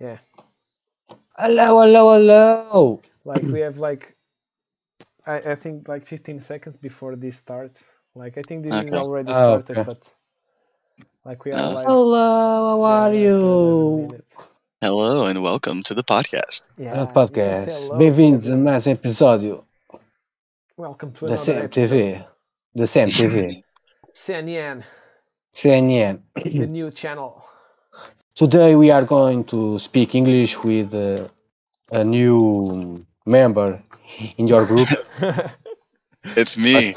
Yeah. Hello, hello, hello. Like we have like, I, I think like 15 seconds before this starts. Like I think this is Okay. already Oh, started, okay. but like we are Oh. like. Hello, how yeah, are like, 11 you? minutes. Hello and welcome to the podcast. Yeah. Hello, you say podcast. hello, Bem-vindos a everyone. mais um episódio Welcome to da another episode. CMTV. Da CMTV. CNN, CNN. the new channel. Today we are going to speak English with uh, a new member in your group. It's me.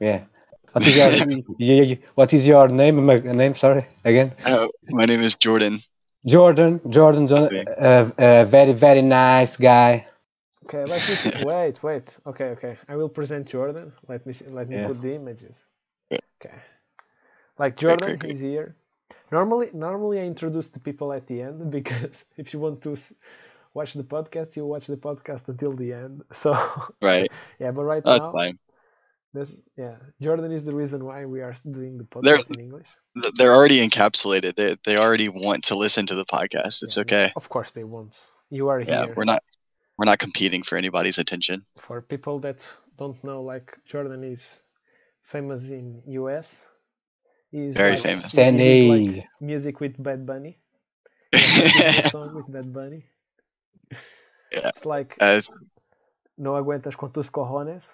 yeah. What is your, y- y- what is your name? My name, sorry, again. Uh, my name is Jordan. Jordan. Jordan's a uh, uh, very, very nice guy. okay, let me see. wait, wait. Okay, okay. I will present Jordan. Let me see. let me Yeah. put the images. Yeah. Okay. Like Jordan okay. is here. Normally, normally I introduce the people at the end because if you want to s- watch the podcast, you watch the podcast until the end. So Right. Oh, yeah, but right That's now, fine. this yeah, Jordan is the reason why we are doing the There- podcast in English. Th- They're already encapsulated. They, they already want to listen to the podcast. It's Yeah, okay. Of course they won't. You are Yeah, here we're not we're not competing for anybody's attention. for people that don't know. Like Jordan is famous in US. He's Very like, famous. he did, like, Stanley. music with Bad Bunny. The uh, song with Bad Bunny. Yeah. Uh, It's like No aguentas con tus cojones.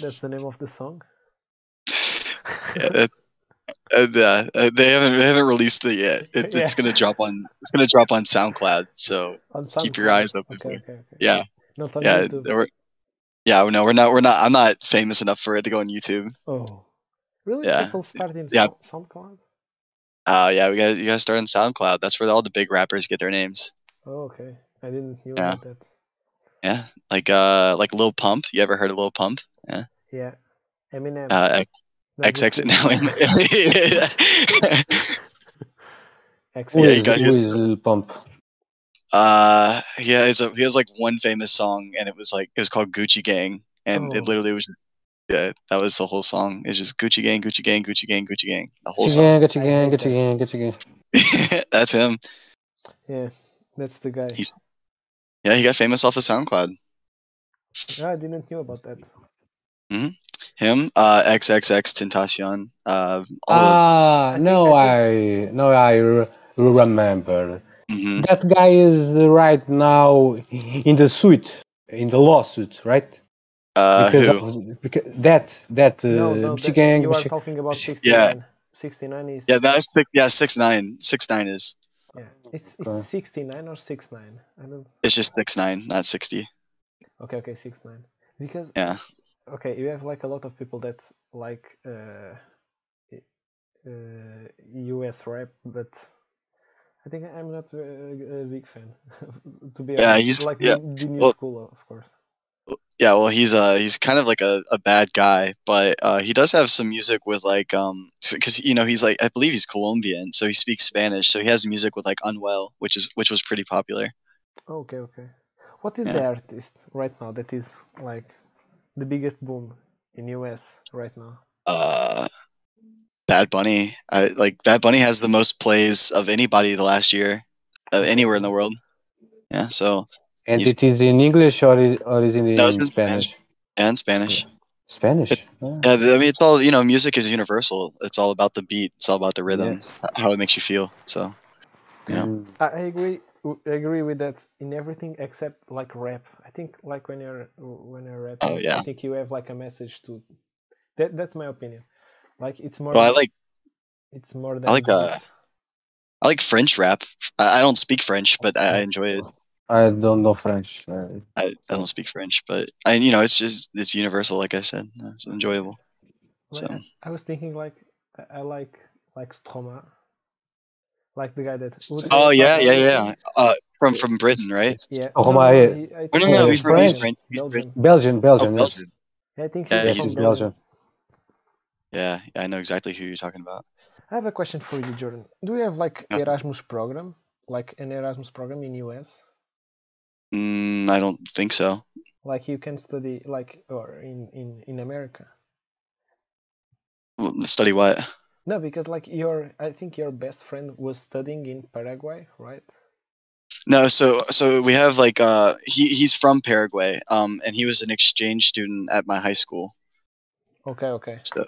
That's the name of the song. uh, and, uh, uh, they haven't they haven't released it yet. It, It's Yeah. gonna drop on it's gonna drop on SoundCloud. So On keep your SoundCloud. eyes open. Okay, for- okay, okay. Yeah, Not on yeah, YouTube. we're, yeah. No, we're not. We're not. I'm not famous enough for it to go on YouTube. Oh, really? Yeah. People start in Yeah. Sound- SoundCloud? Uh, yeah, we got you got to start on SoundCloud. That's where all the big rappers get their names. Oh, okay. I didn't knew Yeah. about that. Yeah, like uh, like Lil Pump. You ever heard of Lil Pump? Yeah, Yeah. Eminem. uh, not X just X Lil now. Pump. Who Yeah, is, you XX. got who his- is Lil Pump? uh, yeah, it's a, he has like one famous song, and it was like it was called Gucci Gang, and Oh. it literally was. Yeah, that was the whole song. It's just Gucci Gang, Gucci Gang, Gucci Gang, Gucci Gang. The whole song. Chigan, I hate chigan, that. chigan, chigan. That's him. Yeah, that's the guy. He's- Yeah, he got famous off of SoundCloud. Ah, I didn't know about that. Him, uh, XXX Tentacion, uh, all Ah, I no, think I, no, I re- remember. mhm. That guy is right now in the suit, in the lawsuit, right? uh, because, who? of, because that that uh, no, no, that, Michigan, you are Michi- talking about Michi- 69. 69 is. Yeah, that's six, yeah six nine. Six nine is yeah. It's, it's Okay. 69 or 69? I don't. it's just six nine, not sixty. Okay, okay, six nine. Because Yeah. okay, you have like a lot of people that like uh, i- uh, U.S. rap, but I think I'm not uh, a, a big fan. to be Yeah, honest, he's- like yeah, the, the new well- school, of course. Yeah, well, he's uh he's kind of like a, a bad guy, but uh, he does have some music with like um because you know he's like I believe he's Colombian, so he speaks Spanish, so he has music with like Unwell, which is which was pretty popular. Okay, okay. What is Yeah. the artist right now that is like the biggest boom in U.S. right now? Uh, Bad Bunny, I, like Bad Bunny has the most plays of anybody the last year, uh, anywhere in the world. Yeah, so and he's- it is in English or is, or is it in No, it's in Spanish? and Spanish. Spanish. Ah, Yeah, th- I mean it's all you know. Music is universal. It's all about the beat. It's all about the rhythm, yes. h- how it makes you feel. So yeah. Mm. I I agree. w- I agree with that in everything except like rap. I think like when you're when you're rapping, I Oh, yeah. think you have like a message to. That that's my opinion. Like it's more. well, I than- like it's more than. I like beat. uh I like French rap. I, I don't speak French, but I, I enjoy it. I don't know French. Uh, I, I don't speak French, but I you know it's just it's universal. Like I said, Uh, it's enjoyable. Like, So I, I was thinking like I, I like like Stroma, like the guy that. would have oh yeah like yeah a- yeah uh, from from Britain, right? Yeah. Stroma, yeah. he- I Oh, no think no, he's he's French, he's French, he's French. Belgium. Belgian, Oh, Belgian. yes. Belgium. I think he's Yeah, from Yes, he's it's Belgium. Belgian. Yeah, yeah, I know exactly who you're talking about. I have a question for you, Jordan. Do you have like Yes. Erasmus program, like an Erasmus program in US? Mm, I don't think so. like you can study like or in in in america Well, Study what? No, because like your, I think your best friend was studying in Paraguay, right? No, so so we have like uh he he's from Paraguay, um, and he was an exchange student at my high school. Okay, okay. So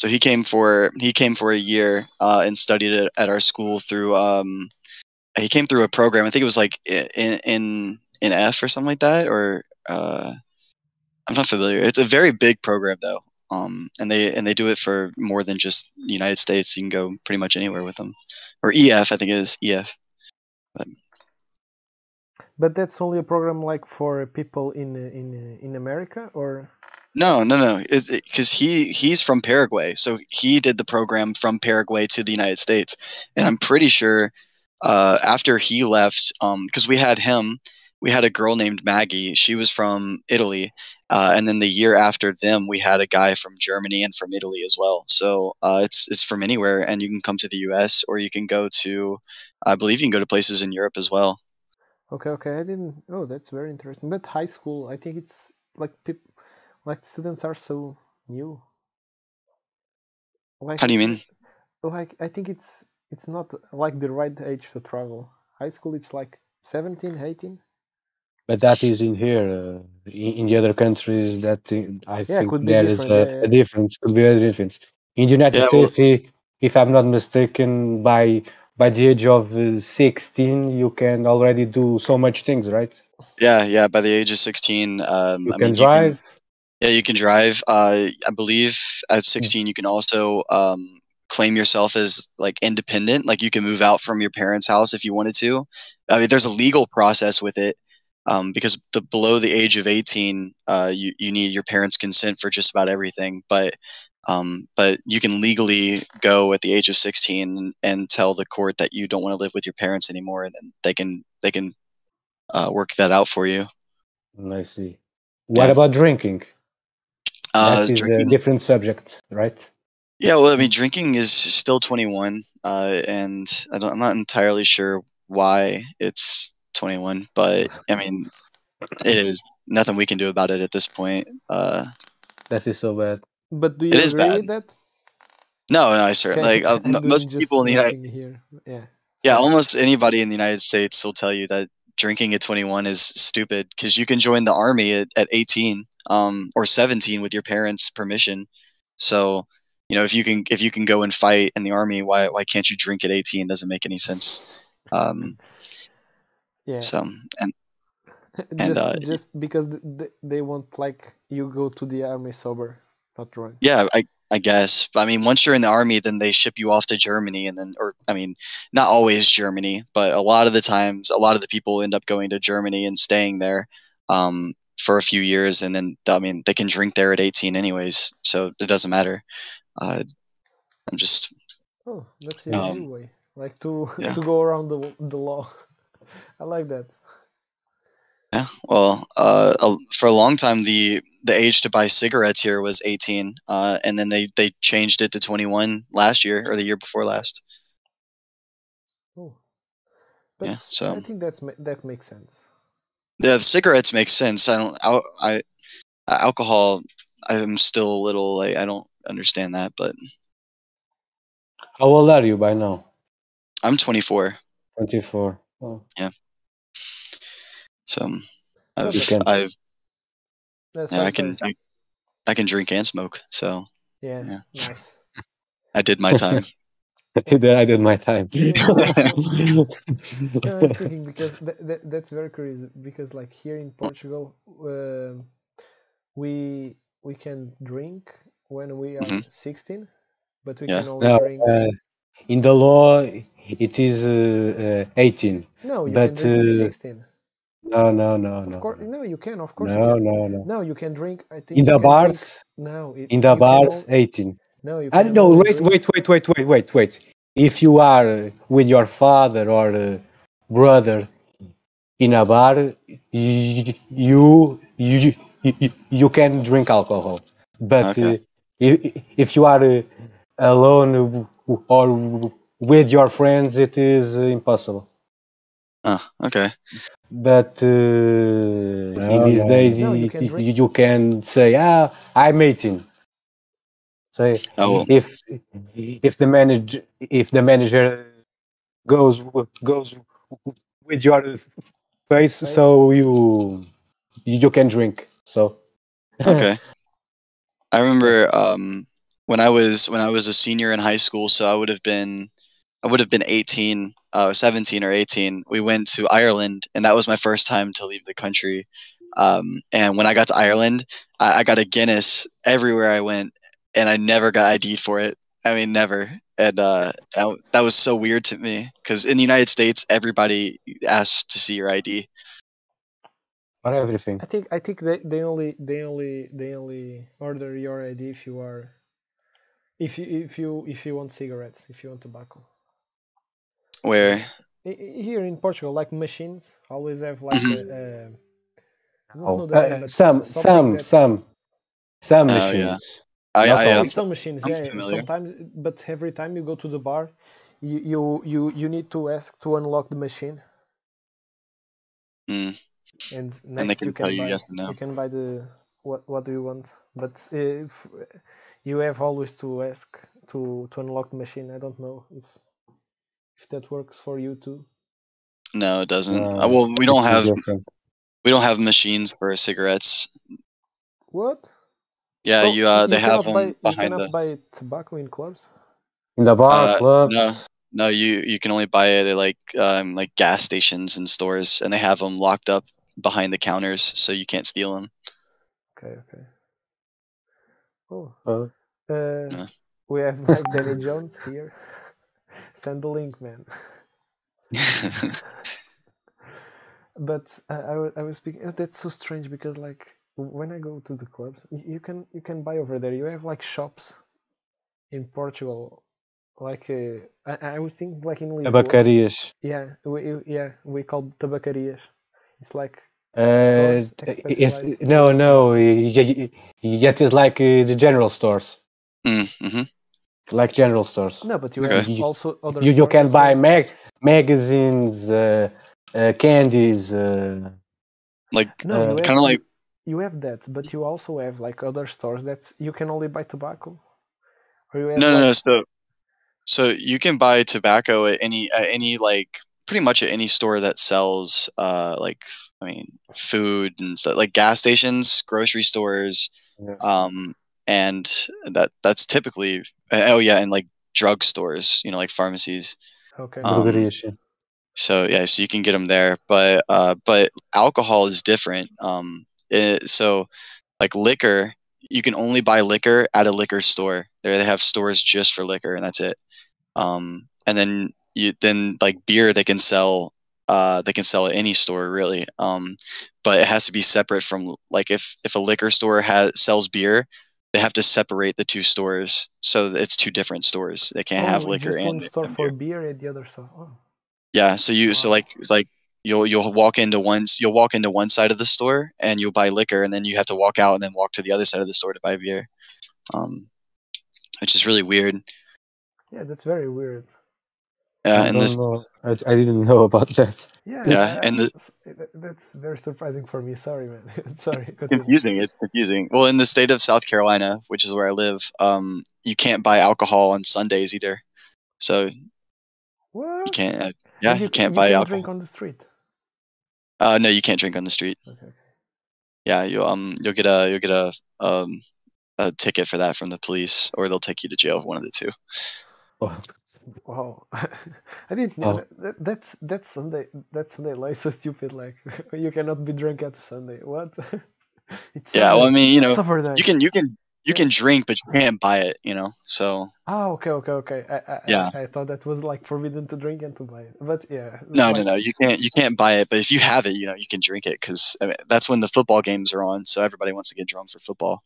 so he came for he came for a year uh, and studied it at our school through um he came through a program. I think it was like i- in in in F or something like that, or uh, I'm not familiar. It's a very big program though. Um, and they and they do it for more than just the United States. You can go pretty much anywhere with them, or EF. I think it is E EF. But that's only a program like for people in uh, in uh, in America, or No, no, no. Because it, 'cause he he's from Paraguay, so he did the program from Paraguay to the United States, and I'm pretty sure uh, after he left, because we had him, we had a girl named Maggie. She was from Italy, uh, and then the year after them, we had a guy from Germany and from Italy as well. So uh, it's it's from anywhere, and you can come to the U.S. or you can go to, I believe you can go to places in Europe as well. okay, okay. I didn't. Oh, that's very interesting. But high school, I think it's like people, like students are so new. Like How do you mean? like I think it's it's not like the right age to travel. High school, it's like 17, 18. But that is in here. Uh, in, in the other countries, that uh, I think could be there is a, different, a yeah, yeah. difference. Could be a difference. In the United Yeah, well- States, i- if I'm not mistaken, by by the age of uh, 16, you can already do so much things, right? Yeah, yeah. By the age of 16, um, You I can mean, drive. Yeah, you can drive. Uh, I believe at 16, you can also um, claim yourself as like independent. Like you can move out from your parents' house if you wanted to. I mean, there's a legal process with it um, because the below the age of 18, uh, you you need your parents' consent for just about everything. But um, but you can legally go at the age of 16 and, and tell the court that you don't want to live with your parents anymore, and then they can they can uh, work that out for you. Mm, I see. What about drinking? Uh, that is drinking- a different subject, right? Yeah, well, I mean, drinking is still 21, uh, and I don't, I'm not entirely sure why it's 21, but I mean, it is nothing we can do about it at this point. Uh, That is so bad. But do you It is agree bad. with that? no, no, I sure. Okay, Like uh, I'm m- doing most just people in the United, nothing here. Yeah. yeah, sorry. almost anybody in the United States will tell you that drinking at 21 is stupid because you can join the army at, at 18 um, or 17 with your parents' permission. So, you know, if you can if you can go and fight in the army, why why can't you drink at 18? Doesn't make any sense. Um, Yeah. So, and just, uh, just because th- th- they want like you go to the army sober, not drunk. yeah, I I guess. But I mean, once you're in the army, then they ship you off to Germany, and then, or I mean, not always Germany, but a lot of the times, a lot of the people end up going to Germany and staying there um, for a few years, and then I mean, they can drink there at 18 anyways, so it doesn't matter. Uh, I'm just Oh, that's a new Um, way, like to yeah. to go around the the law. I like that. Yeah, well, uh, a- for a long time, the the age to buy cigarettes here was 18, uh, and then they they changed it to 21 last year or the year before last. Oh, but Yeah, so I think that's ma- that makes sense. Yeah, the cigarettes make sense. I don't. I, I uh, alcohol. I'm still a little like I don't understand that, but How old are you by now? I'm 24, 24. Oh, so I've Okay. You can- I've That's yeah, fine, I can fine. I, I can drink and smoke. So Yeah, yeah. nice. I did my time. then I did my time. No, I was thinking because th- th- that's very curious because like here in Portugal, um, we we can drink when we are Mhm. 16, but we Yeah. can only No, drink. Uh, in the law, it is uh, uh, 18. no, you but, can drink uh, at 16. No, no, no, no. Of course, no, you can. Of course, you no, can. no, no. No, you can drink. I think In you the can drink- bars, No, it, in the you can bars, on- 18. no, you I can don't know. only Wait, drink- wait, wait, wait, wait, wait, wait. If you are uh, with your father or uh, brother in a bar, you you you, you, you can drink alcohol. But Okay. uh, if, if you are uh, alone w- or with your friends, it is uh, impossible. Oh, okay. But uh, in these days, No, you you, can you, drink- you can say, "Ah, I'm 18." So Oh, if if the manager if the manager goes w- goes with your face, so you you can drink. So okay. I remember um, when I was when I was a senior in high school, so I would have been I would have been 18, uh, 17 or 18. We went to Ireland, and that was my first time to leave the country. Um, and when I got to Ireland, I, I got a Guinness everywhere I went, and I never got ID'd for it. I mean, never. And uh, that, that was so weird to me because in the United States, everybody asks to see your ID. for everything. I think I think they, they only they only they only order your ID if you are if you if you if you want cigarettes if you want tobacco. Where I- I- Here in Portugal, like machines always have like Mhm. a, uh, I don't know Oh, the name, uh, but some something some that- some some Oh, yeah. machines. I, Not I, all. um, It's some machines, I'm yeah. yeah, familiar. Sometimes, but every time you go to the bar, you you you, you need to ask to unlock the machine, mm, and next and they can you tell can you buy yes or no. you can buy the what what do you want. But if you have always to ask to to unlock the machine, I don't know if if that works for you too. No, it doesn't. Uh, No, well, we don't It's have different. we don't have machines for cigarettes. What? Yeah, Oh, you uh, they have cannot them buy, you behind cannot the. buy tobacco in clubs. in the bar Uh, club. no, no, you you can only buy it at like um, like gas stations and stores, and they have them locked up behind the counters, so you can't steal them. Okay, okay. Oh, Uh, Uh, No. We have like Danny Jones here. Send the link, man. But I, I, wa- I was speaking. oh, That's so strange because like when I go to the clubs, y- you can you can buy over there. You have like shops in Portugal. Like uh, I, I was thinking like in Lisboa. Tabacarias. Yeah, we we- yeah we call tabacarias. It's like Uh, Stores, it- expensive it's- lights. no, no. y- y- Yet it's like uh, the general stores, mm-hmm. like general stores. no, but you have Okay. also other. you, you stores can that buy have- mag- magazines, uh, uh, candies. Uh, Like No, you uh, have kind of like you have that, but you also have like other stores that you can only buy tobacco. Or you have no, like, no, no. So so you can buy tobacco at any at any like pretty much at any store that sells uh like I mean food and stuff like gas stations, grocery stores, um, and that that's typically oh yeah, and like drugstores, you know, like pharmacies. Okay. Um, drogerias, yeah. So yeah, so you can get them there, but uh, but alcohol is different. Um, it, so like liquor, you can only buy liquor at a liquor store. There they have stores just for liquor, and that's it. Um, and then you then like beer, they can sell. Uh, they can sell at any store really, um, but it has to be separate from like if if a liquor store has sells beer, they have to separate the two stores so that it's two different stores. They can't have oh, liquor just one and, store and beer. for beer and the other store. Oh, Yeah, so you so Wow. like like you'll you'll walk into one you'll walk into one side of the store and you'll buy liquor and then you have to walk out and then walk to the other side of the store to buy beer. Um which is really weird. yeah, that's very weird. Yeah, I and don't Uh, this know. I, I didn't know about that. Yeah, Yeah, I- and the- s- that- that's very surprising for me. Sorry, man. Sorry. continue. confusing, it's confusing. Well, in the state of South Carolina, which is where I live, um you can't buy alcohol on Sundays either. So you What? can't uh, And yeah, you, can't you buy can alcohol. drink on the street. Uh no, you can't drink on the street. Okay. Yeah, you um you'll get a you'll get a um a ticket for that from the police or they'll take you to jail, one of the two. Uh, Oh, Wow. I didn't know Oh. that, that. That's that's Sunday. That's Sunday life so stupid. Like you cannot be drunk at Sunday. What? it's Yeah, well I Sunday. mean, you know, Suffer day. you can you can Yeah. you can drink but you can't buy it you know so Ah, okay, okay, okay. I, I, Yeah. I, I thought that was like forbidden to drink and to buy it. But yeah. no no like- no you can't you can't buy it but if you have it you know you can drink it because I mean, that's when the football games are on so everybody wants to get drunk for football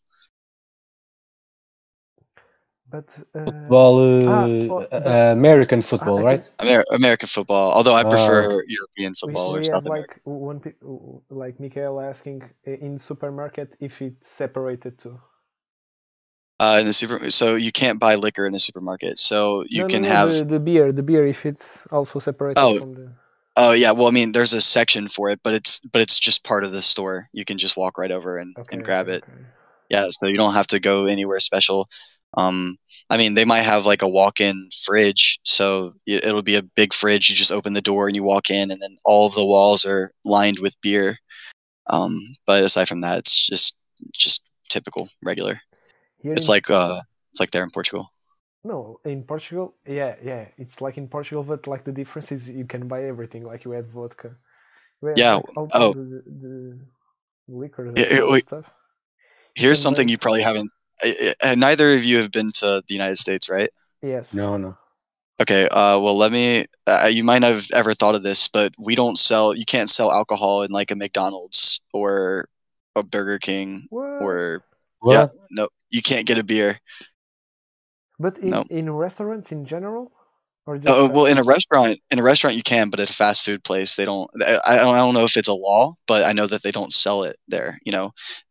But uh, football, uh, ah, oh, uh, American football, I right? Amer- american football although i Uh, prefer european we, football or we south have america like one pe- w- like Mikael asking i- in supermarket if it's separated too. uh, in the super so you can't buy liquor in a supermarket so you no, can no, no, have the, the beer, the beer if it's also separated Oh. from the. oh yeah well i mean there's a section for it but it's but it's just part of the store you can just walk right over and, Okay. and grab okay, it okay. yeah so you don't have to go anywhere special Um, I mean, they might have like a walk-in fridge, so it- it'll be a big fridge. You just open the door and you walk in, and then all of the walls are lined with beer. Um, but aside from that, it's just just typical, regular. Here It's in- like uh, it's like there in Portugal. No, in Portugal, yeah, yeah, it's like in Portugal, but like the difference is you can buy everything. Like you had vodka, you had, Yeah, like, all oh. the, the the liquor and Yeah, yeah, all that wait. stuff. Here's And something then- you probably haven't. I, I, neither of you have been to the United States, right? Yes, No, no. Okay. Uh, well, let me. Uh, you might not have ever thought of this, but we don't sell. You can't sell alcohol in like a McDonald's or a Burger King What? or Well, yeah. No, you can't get a beer. but in, no. in restaurants in general, or just Oh, fast well, in a food? restaurant, in a restaurant you can, but at a fast food place they don't. I I don't, I don't know if it's a law, but I know that they don't sell it there. You know,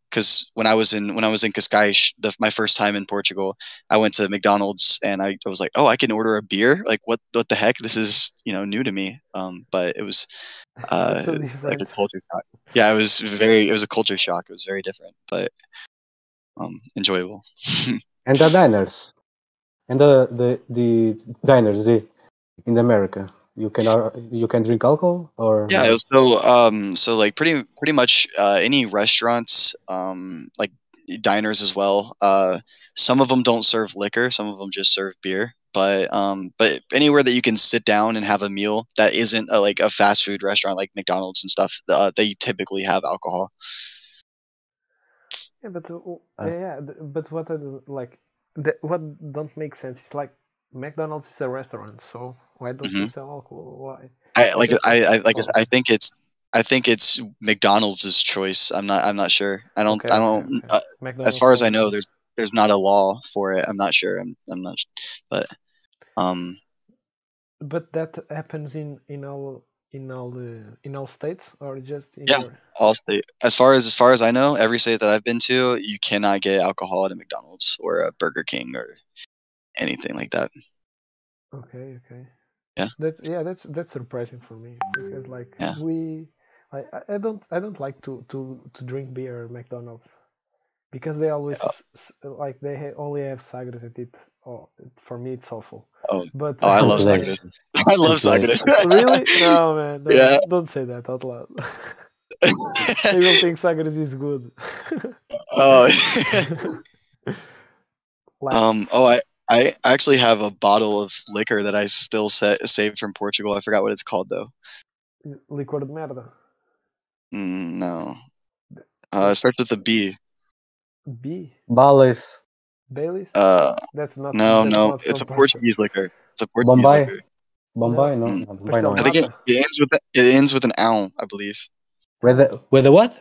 because when I was in when I was in Cascais, the, my first time in Portugal, I went to McDonald's and I, I was like, oh, I can order a beer. Like, what what the heck? This is you know new to me. Um, but it was uh, That's so like a different. culture shock. Yeah, it was very. It was a culture shock. It was very different, but um, enjoyable. and the diners, and the the, the diners the, in America, you can uh, you can drink alcohol or Yeah, it was- Mm-hmm. so um, so like pretty pretty much uh, any restaurants, um, like diners as well. Uh, some of them don't serve liquor, some of them just serve beer. But um, but anywhere that you can sit down and have a meal that isn't a, like a fast food restaurant like McDonald's and stuff, uh, they typically have alcohol. Yeah, but uh, w- Uh. yeah, yeah, th- but what I don't- like the, what don't make sense is like McDonald's is a restaurant, so why don't Mm-hmm. they sell alcohol? Why? I like Just- I, I like I oh. said, I think it's I think it's McDonald's choice. I'm not I'm not sure. I don't Okay, I okay, don't okay. uh, as McDonald's far as I only. know, there's there's not a law for it. I'm not sure. I'm I'm not, but um, But that happens in in all in all uh, in all states or just in Yeah. your- all state as far as as far as I know, every state that I've been to, you cannot get alcohol at a McDonald's or a Burger King or anything like that. Okay, okay. Yeah. That yeah, that's that's surprising for me because like Yeah. we I, I- I don't I don't like to to to drink beer at McDonald's because they always s- s- like they ha- only have Sagres and it oh for me it's awful. Oh, But Oh, I love Right. Sagres. I love Right. Sagres. Really? No man, no, Yeah. don't say that out loud. they will think Sagres is good. oh. like Um. Oh, I I actually have a bottle of liquor that I still set, saved from Portugal. I forgot what it's called though. liquor de merda. Mm, no. Uh, it starts with a B. B. Bales, Bailey's? Uh, that's not no, that's no, not it's a from Portugal. Portuguese liquor. It's a Portuguese Bombay? liquor. Bombay, no, Mm. no Bombay, no. I think it, Mata. it ends with a- it ends with an owl, I believe. With the, with the what?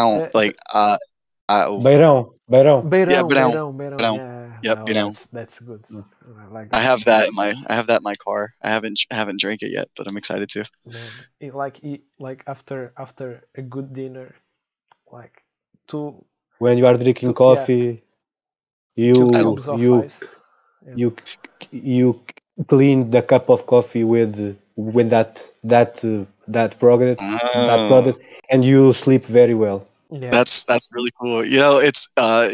Owl, Uh, like uh, Oh. uh, Beirão, Beirão. Beirão, Yeah, Beirão, Beirão, Beirão, Beirão. yeah. Yep, no, Beirão. That's, that's good. Mm. I like I that. have that in my I have that in my car. I haven't I haven't drank it yet, but I'm excited to. Man, it, like it, like after after a good dinner, like two When you are drinking Yeah. coffee, two you Oh, cubes of you ice. Yeah. you you clean the cup of coffee with with that that uh, that product that Oh. product and you sleep very well Yeah. That's that's really cool. You know, it's uh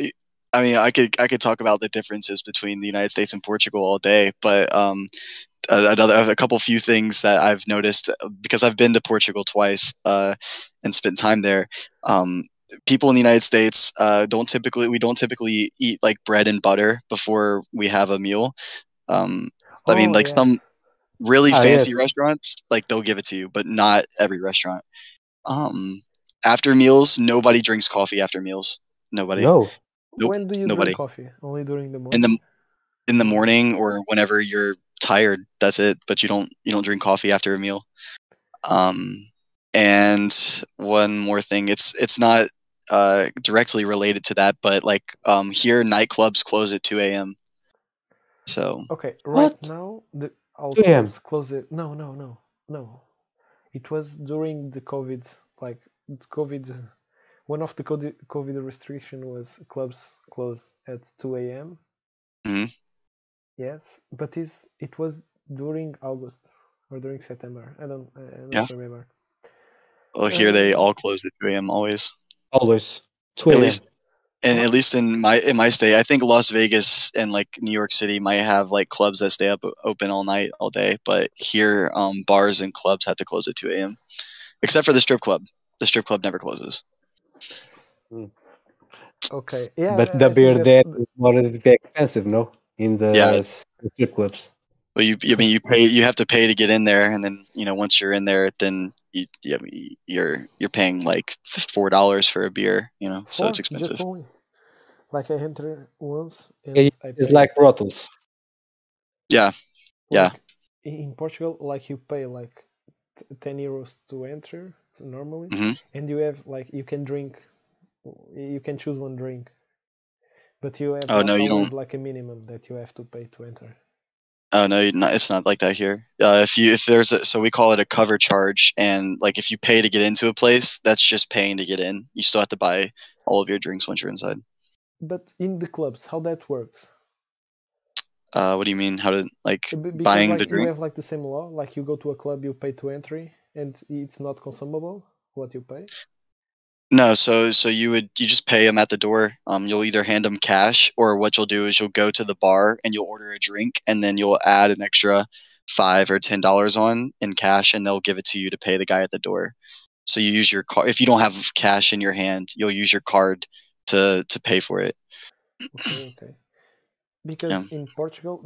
I mean, I could I could talk about the differences between the United States and Portugal all day, but um a- another a couple few things that I've noticed uh, because I've been to Portugal twice uh and spent time there. Um people in the United States uh don't typically we don't typically eat like bread and butter before we have a meal. Um I mean, Oh, like yeah. Oh, some really Ah, fancy yes. restaurants, like they'll give it to you, but not every restaurant. Um, after meals, nobody drinks coffee after meals. Nobody no nope, when do you nobody. drink coffee? Only during the morning. in the in the morning or whenever you're tired. That's it. But you don't you don't drink coffee after a meal. Um, and one more thing, it's it's not uh, directly related to that, but like um, here nightclubs close at two a.m. So Okay, right What? now the all 2 a.m.. clubs close it. No, no, no, no. It was during the COVID, like the COVID. One of the COVID COVID restriction was clubs close at 2 a.m. Mhm. Yes, but is it was during August or during September? I don't, I I don't Yeah. remember. oh, well, here they all close at two a.m. always. always 2 At a.m. least and at least in my in my state, I think Las Vegas and like New York City might have like clubs that stay up open all night, all day. But here, um, bars and clubs have to close at two a.m. Except for the strip club. The strip club never closes. Okay. Yeah. I- but I the think beer there that's- is more expensive, no? In the Yeah. uh, strip clubs. But you, I mean, you pay. You have to pay to get in there, and then you know once you're in there, then you, you I mean, you're you're paying like four dollars for a beer. You know, so Four, it's just expensive. only. Like I entered once. And Yeah, I It's paid, like Rottles. Yeah, yeah. like, i- In Portugal, like you pay like t- ten euros to enter normally, Mhm. and you have like you can drink, you can choose one drink, but you have Oh, like, no, you always, like a minimum that you have to pay to enter. Oh no, you- not, it's not like that here. Uh, if you if there's a, so we call it a cover charge, and like if you pay to get into a place, that's just paying to get in. You still have to buy all of your drinks once you're inside. But in the clubs, how that works? Uh, what do you mean? How to like? B- Because Buying the like, drink. you have like the same law. Like you go to a club, you pay to entry, and it's not consumable what you pay. No, so so you would you just pay them at the door. Um, you'll either hand them cash, or what you'll do is you'll go to the bar and you'll order a drink, and then you'll add an extra five or ten dollars on in cash, and they'll give it to you to pay the guy at the door. So you use your card. If you don't have cash in your hand, you'll use your card to to pay for it. Okay, okay. Because in Portugal,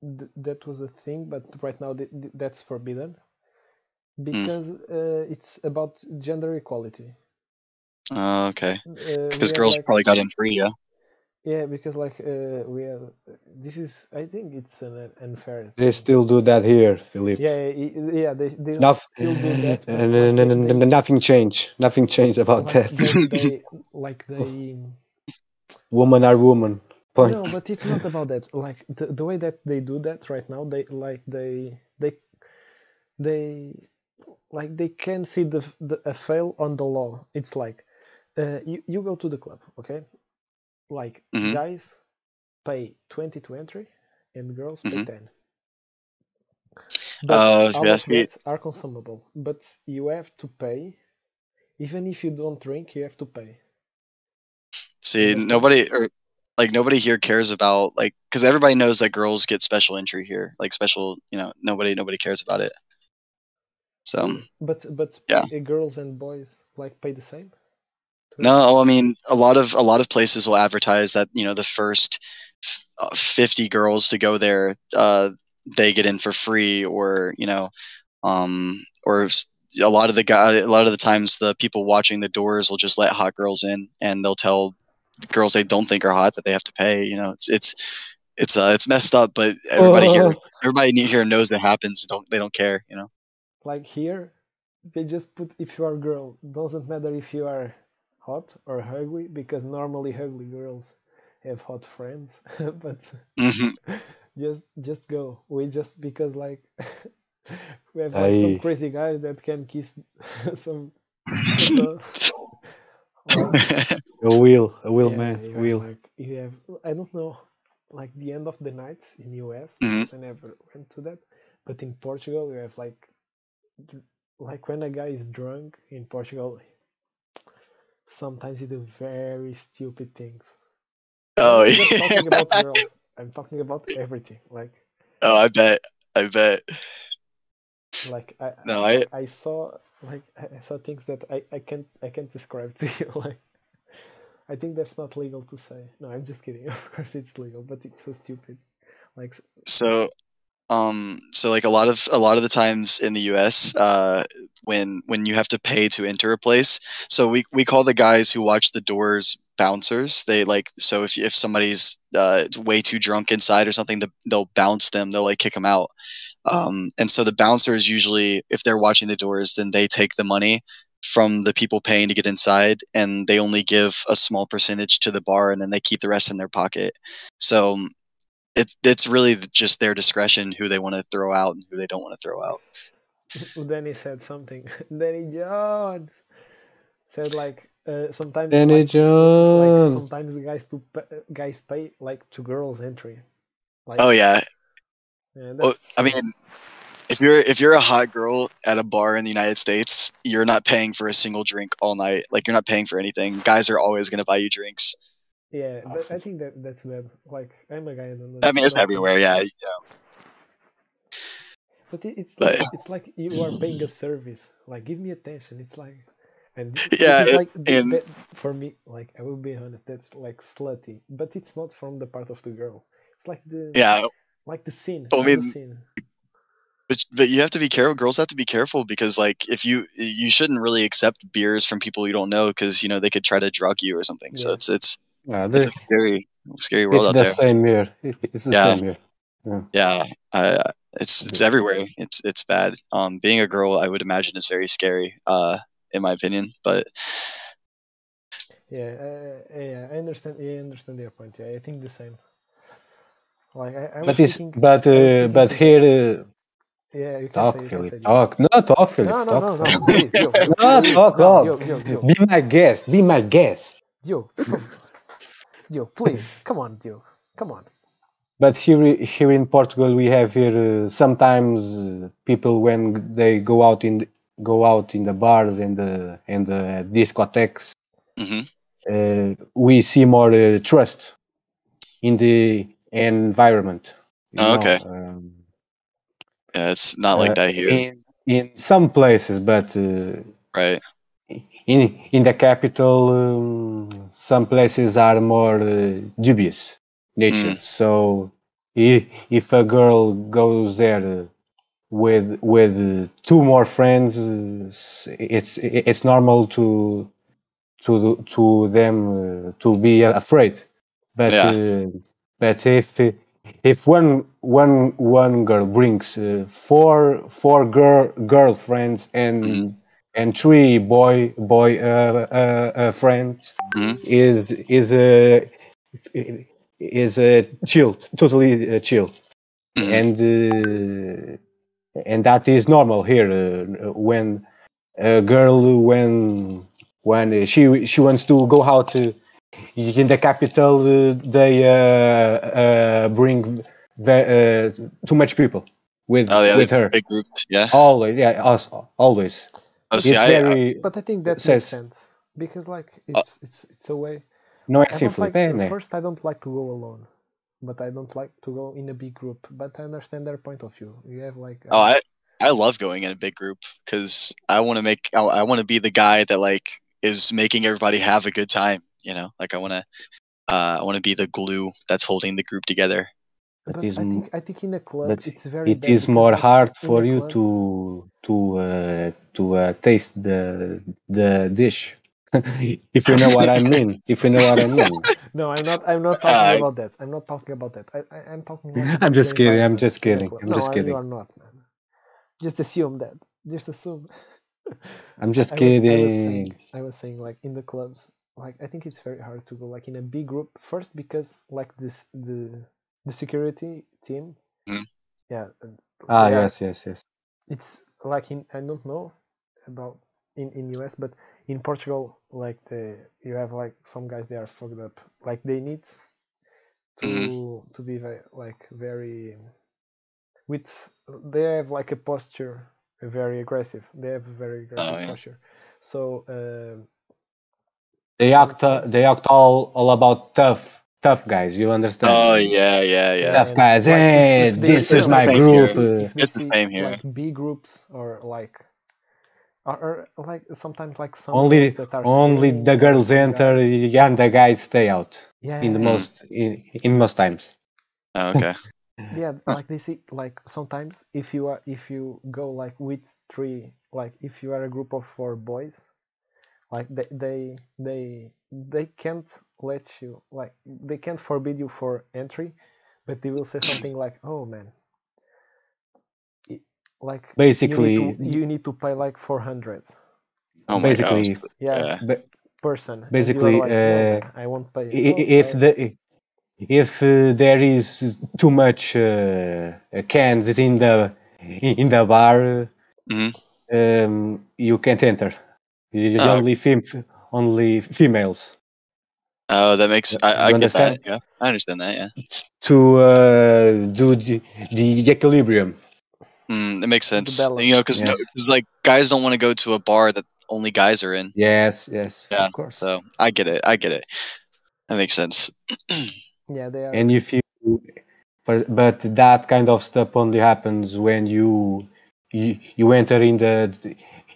th- that was a thing, but right now th- th- that's forbidden Mm. because uh, it's about gender equality. Oh, okay. Uh, we Because have, girls like- probably got in free, yeah. Yeah, because like uh, we have. This is, I think, it's an un- unfair. They thing. still do that here, Philippe. Yeah, yeah, y- yeah. They, they Noth- still do that, but, and- like, and- they- and- they- and nothing changed. Nothing changed about like that. they, they like they. women are women. Point. No, but it's not about that. Like the, the way that they do that right now, they like they they they like they can see the, f- the a fail on the law. It's like uh, you you go to the club, okay? Like Mhm. guys pay twenty to entry, and girls pay Mhm. ten. Uh, all yes, of we- that are consumable, but you have to pay. Even if you don't drink, you have to pay. See, That's- nobody or like nobody here cares about like because everybody knows that girls get special entry here, like special. You know, nobody nobody cares about it. So But but yeah. uh, girls and boys like pay the same. no, I mean a lot of a lot of places will advertise that you know the first f- uh, fifty girls to go there, uh, they get in for free, or you know, um, or s- a lot of the guy, a lot of the times the people watching the doors will just let hot girls in, and they'll tell girls they don't think are hot that they have to pay. You know, it's it's it's uh, it's messed up, but everybody Oh. here, everybody ne- here knows it happens. Don't they don't care? You know, Like here, they just put if you are girl, doesn't matter if you are hot or ugly, because normally ugly girls have hot friends. but Mhm. just just go. We just because like we have like Aye. some crazy guys that can kiss some. some- or- A wheel, a wheel, Yeah, man, a you have, wheel. Like you have, I don't know, like the end of the night in US. Mhm. because I never went to that, but in Portugal you have like, dr- like when a guy is drunk in Portugal, sometimes he do very stupid things. oh, I'm not talking yeah. about girls. I'm talking about everything. Like, oh, I bet, I bet. like I, No, I I saw like I I saw things that I, I can't I can't describe to you. Like, I think that's not legal to say. No, I'm just kidding. Of course it's legal, but it's so stupid. Like s- so um so like a lot of a lot of the times in the US uh when when you have to pay to enter a place so we we call the guys who watch the doors bouncers they like so if if somebody's uh way too drunk inside or something the, they'll bounce them they'll like kick them out um and so the bouncers usually if they're watching the doors then they take the money from the people paying to get inside and they only give a small percentage to the bar and then they keep the rest in their pocket so it's it's really th- just their discretion who they want to throw out and who they don't want to throw out. then he said something. Danny Jones said like uh, sometimes Danny like, like John. sometimes guys to pa guys pay like to girls entry. Like Oh yeah, yeah, oh, that's- I mean, if you're if you're a hot girl at a bar in the United States, you're not paying for a single drink all night. Like you're not paying for anything. Guys are always going to buy you drinks. Yeah, but I think that that's bad. Like I'm a guy. I, don't know, I mean, it's like- everywhere. Yeah, But it, it's But- like, it's like you are paying a service. Like give me attention. It's like and th- this Yeah, is it- like th- and- that- for me, like I will be honest, that's like slutty. But it's not from the part of the girl. It's like the yeah. like the scene. I I mean, mean- the scene. But but you have to be careful. Girls have to be careful because like if you you shouldn't really accept beers from people you don't know because you know they could try to drug you or something. So Yeah. it's it's Yeah, it's this, a scary scary world it's out the there. same here. It- It's the Yeah. same here. Yeah, uh, it's it's Mhm. everywhere. It's it's bad. Um, being a girl, I would imagine, is very scary. Uh, in my opinion, but Yeah, uh, yeah, I understand. Yeah, I understand your point. Yeah, I think the same. Like I, I was But it's, thinking, but I was uh, thinking but to- here uh, yeah, you can say, talk, you can say. Philip, this. talk. No, talk, Philip, No, no, talk. no, no. talk. Please, Diogo, Diogo, No, please. talk, No, off. Diogo, Diogo, Diogo. Be my guest. Be my guest. Yo, come Yo, please, come on, Yo, come on. But here, here in Portugal, we have here uh, sometimes uh, people when they go out in go out in the bars and the and the discotheques, hmm uh, we see more uh, trust in the environment. you Oh, okay. um, yeah, it's not like Uh, that here, in in some places, but uh, right? in in the capital, um, some places are more uh, dubious Hmm. nature. So if, if a girl goes there uh, with with uh, two more friends, uh, s- it's it's normal to to to them uh, to be afraid. But Yeah. uh, but if if one one one girl brings uh, four four girl girlfriends and Mhm. and three boy boy uh, uh, uh, friends Mhm. is is a is a chill totally uh, chill Mhm. and uh, and that is normal here uh, when a girl when when she she wants to go out uh, in the capital uh, they uh, uh, bring the, uh, too much people with Oh yeah, with the her big groups. Yeah. always yeah also, always Oh, see, it's I, I- very But I think that Says- makes sense because, like, Uh, it's it's it's a way. no I é don't simples like, bem, né? first, I don't like to go alone, but I don't like to go in a big group. But I understand their point of view. You have like, oh, uh, I I love going in a big group because I want to make I, I want to be the guy that like is making everybody have a good time. You know, like I want to uh, I want to be the glue that's holding the group together. But but is I m- think I think in a club but it's very. it bad is because, more like, hard in for a you club- to to uh, to uh, taste the the dish if you know what i mean if you know what i mean No, I'm not. I'm not I- talking about that. I'm not talking about that. I, I I'm talking. Like, about i'm just the kidding i'm environment just in a kidding club. i'm no, just I- kidding you are not, man. Just assume that. Just assume. i'm just I was, I was kidding saying, I was saying, like in the clubs, like I think it's very hard to go like in a big group first because like this the the security team, Mhm. yeah, and ah they are- yes yes yes it's like in I don't know about in in US, but in Portugal, like the you have like some guys they are fucked up, like they need to to be very, like very with they have like a posture very aggressive. They have a very aggressive yeah. posture. So um, they act uh, Sometimes. they act all all about tough tough guys you understand Oh yeah, yeah, yeah. tough and, guys like, if- hey if they this see is some- my Thank you. group uh, if they It's the see same here. like B groups or like or, or like sometimes like some only girls that are only screaming the or girls some enter guys- and the guys stay out yeah, in the yeah, most in, in most times Oh, okay. yeah like they see like sometimes if you are if you go like with three like if you are a group of four boys like they they they, they can't let you like they can't forbid you for entry but they will say something like oh man it- like you basically need, to, you need to pay like 400 Oh my basically gosh. yeah Yeah. ba- person and you are Basically, like, "No, uh, man, i won't pay i- i- if the if uh, there is too much uh, cans in the in the bar Mhm. um, you can't enter You- Oh. only fem- only females Oh, that makes I, I You get that. understand? Yeah, I understand that. Yeah, to uh, do the, the equilibrium mm, it makes sense. balance. You know, because Yes. like guys don't want to go to a bar that only guys are in. yes yes Yeah, of course So I get it. I get it. That makes sense. Yeah, they are. and if you for- but that kind of stuff only happens when you you, you enter in the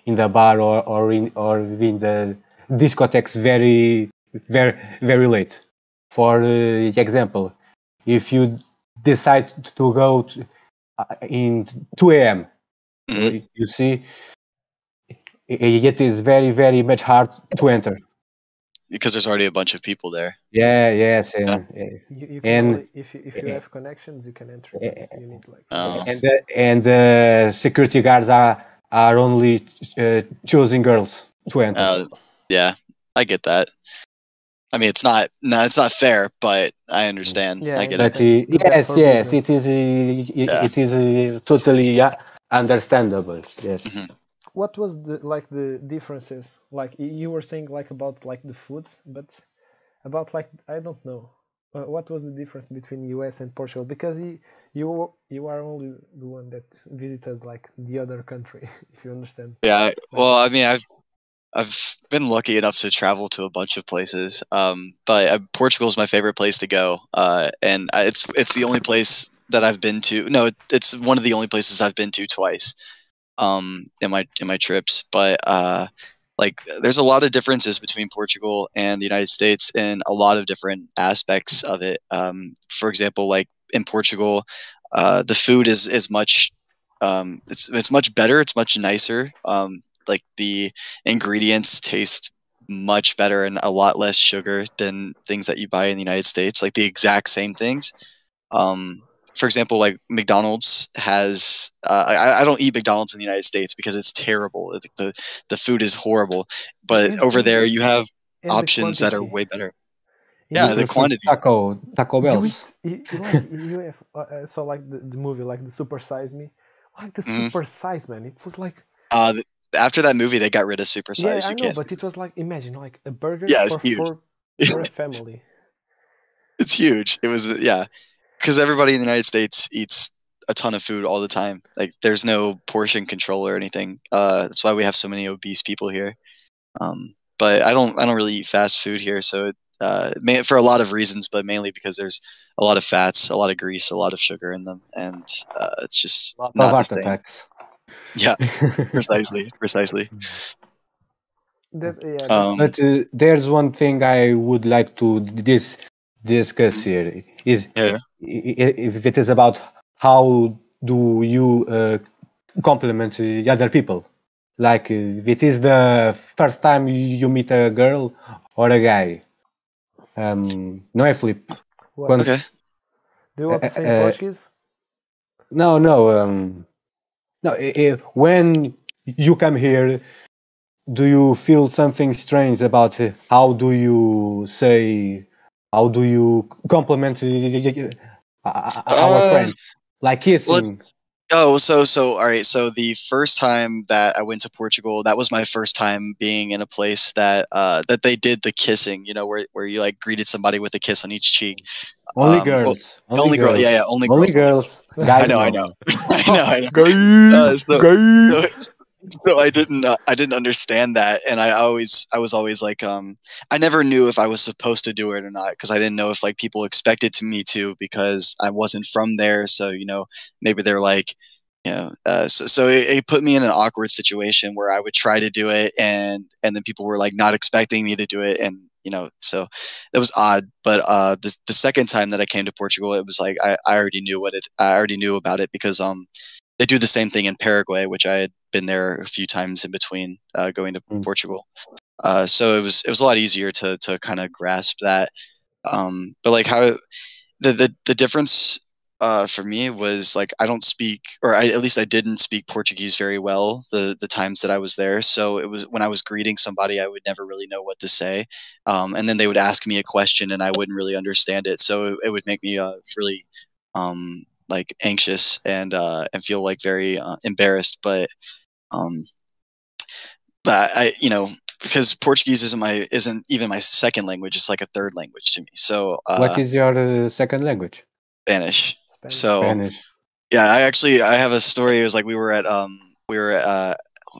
in the bar or, or in or in the discotheques very very very late for uh, example if you decide to go to, uh, in 2 a.m Mhm. you see it it is very very much hard to enter Because there's already a bunch of people there. yeah yes and, You, you and- can only, if you, if you eh, have connections, you can enter. eh, but You need like. Oh. and the, and the security guards are are only uh, choosing girls to enter. Uh, yeah, I get that. I mean, it's not no, it's not fair, but I understand. Yeah, Mm-hmm. I get I it. but think uh, do that yes, for yes, business. it is uh, it- Yeah. it is uh, totally yeah, understandable. Yes. Mhm. What was the like the differences? Like y- you were saying like about like the food, but about like I don't know. Uh, what was the difference between US and Portugal? Because you you you are only the one that visited like the other country, if you understand. Yeah. I- Well, I mean, I've I've been lucky enough to travel to a bunch of places, um, but uh, Portugal's my favorite place to go, uh, and I, it's it's the only place that I've been to. No, it, it's one of the only places I've been to twice um, in my in my trips. But uh, like, there's a lot of differences between Portugal and the United States in a lot of different aspects of it. Um, for example, like in Portugal, uh, the food is is much um, it's it's much better. It's much nicer. Um, like the ingredients taste much better and a lot less sugar than things that you buy in the United States, like the exact same things. Um, for example, like McDonald's has, uh, I, I don't eat McDonald's in the United States because it's terrible. Like, The, the food is horrible. But over there, you have And the options that are quantity. way better. In yeah, the- the Prefer quantity. Taco Taco you Bell. eat- you, you like you have uh, uh, so like the, the movie like the Super Size Me, like the Mhm. Super Size man. It was like Uh, th- after that movie, they got rid of Super yeah, I Size. you know, can't. but it was like imagine like a burger Yeah, it's for, huge. for for a family. it's huge. It was yeah, because everybody in the United States eats a ton of food all the time. Like there's no portion control or anything. Uh, that's why we have so many obese people here. Um, but I don't I don't really eat fast food here, so it, uh, ma for a lot of reasons, but mainly because there's a lot of fats, a lot of grease, a lot of sugar in them, and uh, it's just Lot of not heart the thing. attacks. Yeah. Precisely, precisely. That yeah, that- Um, But uh, there's one thing I would like to dis- discuss here is Yeah. i- i- if it is about how do you uh, compliment uh, other people. Like uh, if it is the first time you meet a girl or a guy. Um, não é Felipe? what- Quando- okay. do you want to eh, say in eh, Portuguese? No, no. Um, no. i i when you come here, do you feel something strange about uh, how do you say, how do you compliment uh, uh, our Uh, friends? Like kissing. Oh, so so all right. So the first time that I went to Portugal, that was my first time being in a place that uh that they did the kissing, you know, where where you like greeted somebody with a kiss on each cheek. only um, well, girls. The only girl, yeah, yeah, only, Only girls. girls. Guys, I know, I no. know. I know, I know. Uh, so- so, so I didn't uh, I didn't understand that, and I always I was always like um I never knew if I was supposed to do it or not because I didn't know if like people expected to me to because I wasn't from there, so you know maybe they're like you know uh, so so it, it put me in an awkward situation where I would try to do it and and then people were like not expecting me to do it and you know so that was odd but uh the, the second time that i came to portugal it was like I, I already knew what it i already knew about it because um they do the same thing in Paraguay, which I had been there a few times in between uh, going to Mm. Portugal. Uh, so it was it was a lot easier to to kind of grasp that. Um, but like how the the, the difference uh, for me was like I don't speak, or I, at least I didn't speak Portuguese very well the the times that I was there. So it was when I was greeting somebody, I would never really know what to say, um, and then they would ask me a question, and I wouldn't really understand it. So it, it would make me uh, really um, like anxious and uh, and feel like very uh, embarrassed. But um, but I you know because Portuguese isn't my isn't even my second language; it's like a third language to me. So uh, What is your uh, second language? Spanish. Spanish. So Spanish. yeah, I actually I have a story. It was like we were at um we were at, uh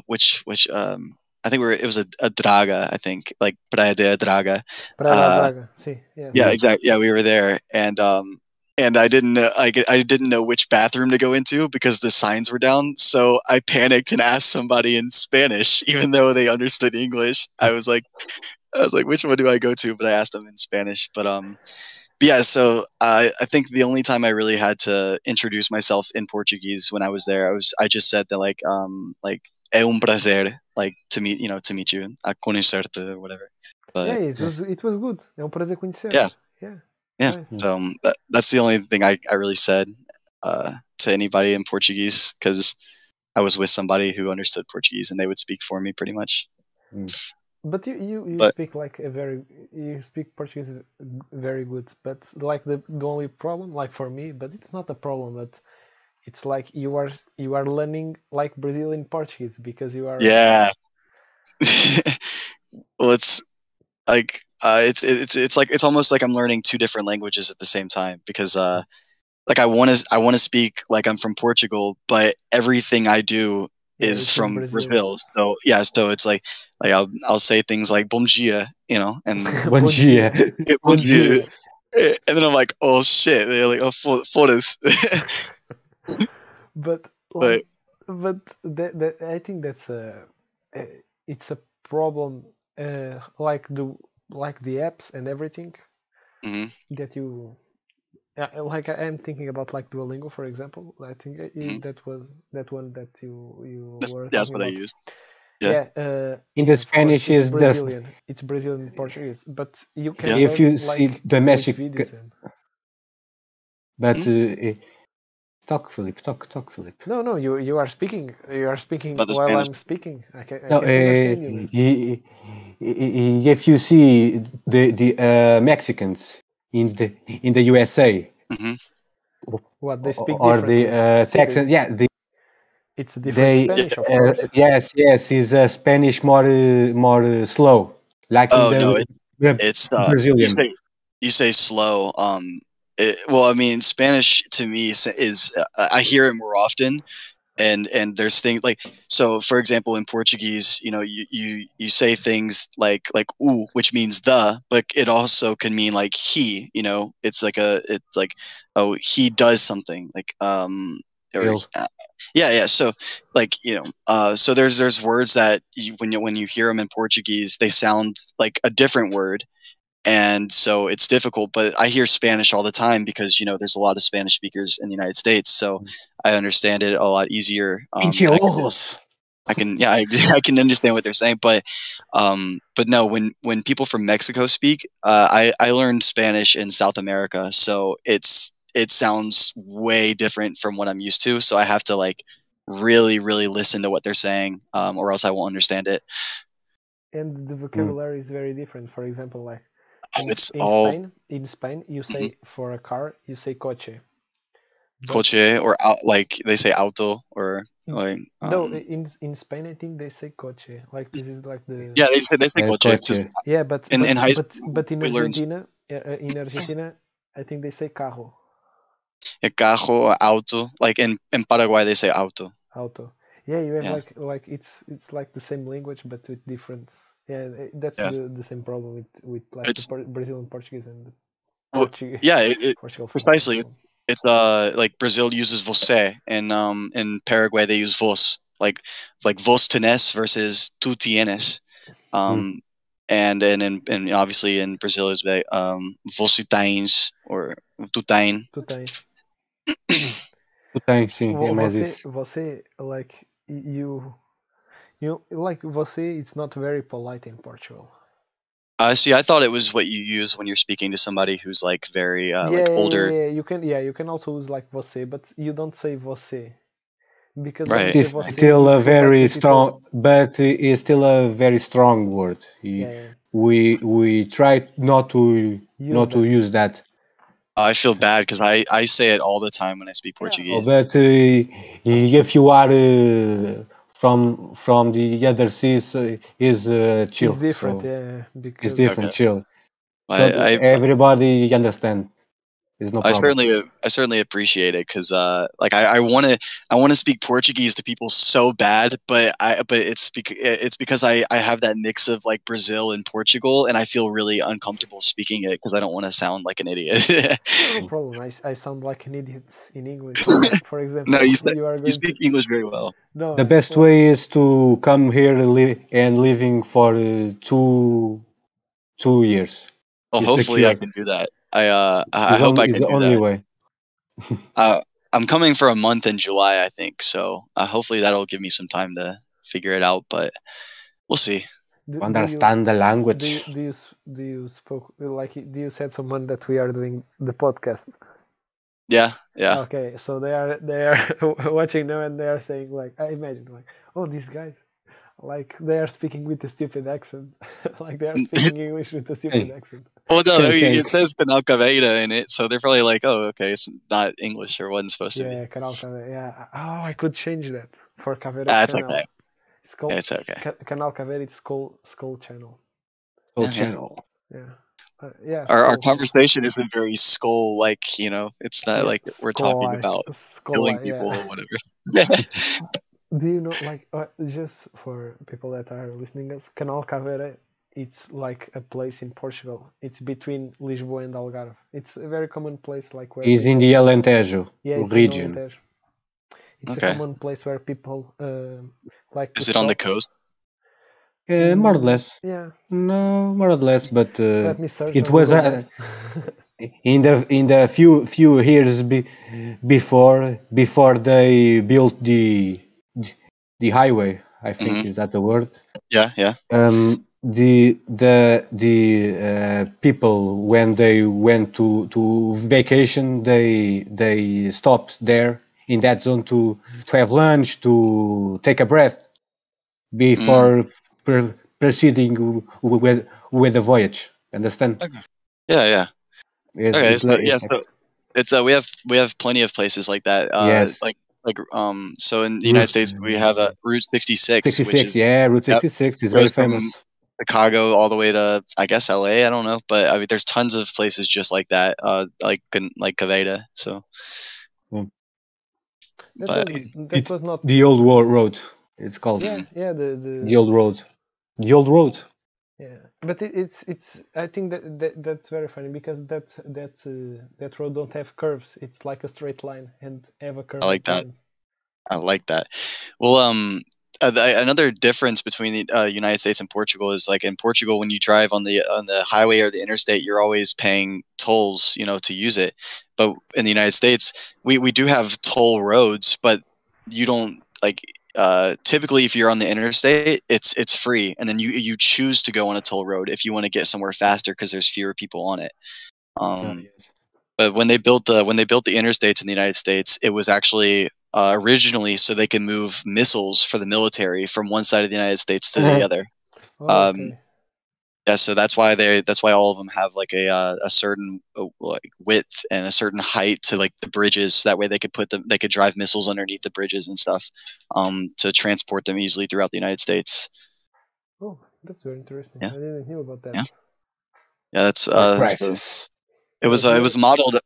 which which um I think we were, it was a, a draga, I think, like Praia de Draga. Praia Uh, da Draga, sim. yes. Yeah, exactly. Yeah, we were there, and um, and I didn't know I, get- I didn't know which bathroom to go into because the signs were down. So I panicked and asked somebody in Spanish, even though they understood English. I was like, I was like, which one do I go to? But I asked them in Spanish. But um, but yeah. So I I think the only time I really had to introduce myself in Portuguese when I was there, I was I just said that like um like é um prazer like to meet you know to meet you a conhecerte or whatever. But Yeah, it was, it was good. É um prazer conhecer. Yeah. Yeah. Yeah. Nice. So um, that, that's the only thing I, I really said uh, to anybody in Portuguese because I was with somebody who understood Portuguese and they would speak for me pretty much. But you, you, you But- speak like a very you speak Portuguese very good. But like the, the only problem, like for me, but it's not a problem. But it's like you are you are learning like Brazilian Portuguese because you are Yeah. well, it's like uh, it's it's it's like it's almost like I'm learning two different languages at the same time because uh, like I want to I want to speak like I'm from Portugal, but everything I do you is live in from Brazil. So yeah, so it's like like I'll I'll say things like bom dia, you know, and Bom dia. Bom dia. Eh, And then I'm like, oh shit. They're like, oh, for, for this. but like, but that, that I think that's a eh, it's a problem uh, like the like the apps and everything Mhm. that you yeah, and like I am thinking about like Duolingo for example I think eh, you- Mhm. that was that one that you you That's, were yeah, that's talking what I about. use. yeah, yeah. uh, In the of course, Spanish it's is the Brazilian it's Brazilian Portuguese but you can Yeah. if learn, you see like, the with Mexican, videos and- but Hmm? uh, eh, talk, Philip, talk, talk, Philip. no no you you are speaking you are speaking About the while Spanish. I'm speaking I can, I No, can eh, e, understand you man. i- i- i- e, if you see the the uh, Mexicans in the in the USA hmm What they speak or the differently. uh, Secret. Texans, yeah, the, It's a different they Spanish, of uh, course. yes, yes, is uh, Spanish more uh, more uh, slow, like in Oh, the no. It, the it's, uh, you Brazilian. say, you say slow. Um, it, well, I mean, Spanish to me is, is uh, I hear it more often. And, and there's things like so for example in portuguese you know you, you you say things like like u which means the but it also can mean like he you know it's like a it's like oh he does something like um or Ele. yeah yeah so like you know uh so there's there's words that you, when you when you hear them in portuguese they sound like a different word and so it's difficult but i hear spanish all the time because you know there's a lot of spanish speakers in the united states so i understand it a lot easier um, Pinche I, can, ojos. I can yeah I, I can understand what they're saying but um but no when when people from mexico speak uh, i i learned spanish in south america so it's it sounds way different from what i'm used to so i have to like really really listen to what they're saying um, or else i won't understand it uh, And mm. the vocabulary is very different. For example, like in, it's in all Spain, in Mm-hmm. Spain, you say for a car, you say coche. But coche or out, like they say auto or like um, no, i- in in Spain, I think they say coche. Like this is like the yeah they say, they say Yeah, coche 'cause coche. yeah, but in- but, in high but, school, but in we learned- Argentina, uh, uh, in Argentina, I think they say carro, yeah, carro or auto like in, in paraguay they say auto auto. Yeah, you have Yeah. like like it's it's like the same language but with different. Yeah, eh, that's Yeah. the, the same problem with with like the It's- Por- Brazilian Portuguese and the Well, Portuguese. yeah it, it, Portugal. Precisely, it's uh like Brazil uses você and um in Paraguay they use vos like like vos tenés versus tu tienes Hmm. um and and and, and obviously in Brazil is like um vos tens or tu tem Tu tens. Tu tens, sim, é Vo- mais Você, isso. você, like, you, you, like, você, it's not very polite in Portugal. uh, see I thought it was what you use when you're speaking to somebody who's like very uh, like older yeah, you can, yeah, you can also use like você, but you don't say você. Because when you Right. It say is você, still a you feel like very the people- strong, but it is still a very strong word. E, You- Yeah, We we try not to use not to that. use that. I feel bad because I I say it all the time when I speak Oh, Yeah. Portuguese but uh, if you are uh, from from the other seas, uh, is uh, It's chill. different, So yeah, it's because different, chill. So I, I everybody understand. There's no I problem. certainly, I certainly appreciate it because, uh, like, I want to, I want to speak Portuguese to people so bad, but I, but it's bec- it's because I, I have that mix of like Brazil and Portugal, and I feel really uncomfortable speaking it because I don't want to sound like an idiot. No Oh, you problem. I, I sound like an idiot in English, for example. No, you said- are going speak English very well. no, The best no, way is to come here and li- and living for uh, two two years. Well, It's the hopefully I cure. can do that. I, uh, I I It's hope the, I it's can the do only that. way. Uh, I'm coming for a month in July, I think. So uh, hopefully that'll give me some time to figure it out, but we'll see. do- do you- Understand the Do language. you, do you s- do you spoke like do you said someone that we are doing the podcast? Yeah, yeah. Okay, so they are they are watching now and they are saying like I imagine like oh these guys like they are speaking with a stupid accent like they are Mm-hmm. speaking English with a stupid accent. Well, no, Okay, I mean, okay. it says Penalcaveira in it, so they're probably like, oh, okay, it's not English or wasn't supposed to be. Yeah, canal Cave- yeah. Oh, I could change that for Caveira Ah, it's Canal. okay. It's called It's okay. Ca- Canal Caveira. It's called Skull Channel. Oh, Yeah. channel. Yeah, uh, yeah. Our, our skull. conversation isn't very skull like, you know, it's not Yeah, uh, like we're talking skull-like, about killing skull-like, yeah. people or whatever. Do you know, like, uh, just for people that are listening us, Canal Caveira, it's like a place in Portugal. It's between Lisboa and Algarve. It's a very common place, like where Is in the Alentejo yeah, it's in region. Alentejo. It's Okay. a common place where people um like. to Is it on the stop. coast? Uh, more or Mm. less. Yeah, No, more or less. But uh, let me search. it on was Google a- Maps. in the in the few few years be, before before they built the the highway, I think is that the word. Yeah, yeah. um, the the the uh, people when they went to to vacation they they stopped there in that zone to to have lunch to take a breath before pr- proceeding w- w- with with the voyage understand Yeah, yeah. Yes, Okay, it's so, like- yeah, it's like so it's uh, we have we have plenty of places like that. Uh, Yes. like like um so in the United Route- States we have uh, Route 66, which 66 is yeah route Yep. 66 is Goes very from- famous Chicago all the way to I guess LA. I don't know, but I mean, there's tons of places just like that, uh, like in- like Caveda. So that But was, that it- was not. the old Wo- road it's called Yeah, yeah. The the, the old road the old road Yeah, but it, it's it's. I think that, that that's very funny because that that uh, that road don't have curves. It's like a straight line and have a curve. at like the that. end. I like that. Well, um, uh, the, another difference between the uh, United States and Portugal is like in Portugal, when you drive on the on the highway or the interstate, you're always paying tolls, you know, to use it. But in the United States, we we do have toll roads, but you don't like. Uh, typically, if you're on the interstate, it's it's free, and then you you choose to go on a toll road if you want to get somewhere faster because there's fewer people on it. Um, but when they built the when they built the interstates in the United States, it was actually uh, originally so they could move missiles for the military from one side of the United States to Mhm. the other. Oh, Um, okay. Yeah, so that's why they that's why all of them have like a uh, a certain uh, like width and a certain height to like the bridges. So that way they could put them they could drive missiles underneath the bridges and stuff um, to transport them easily throughout the United States. Oh, that's very interesting. Yeah. I didn't know about that. Yeah. Yeah, that's uh, that's the- prices. it was uh, Okay. it was modeled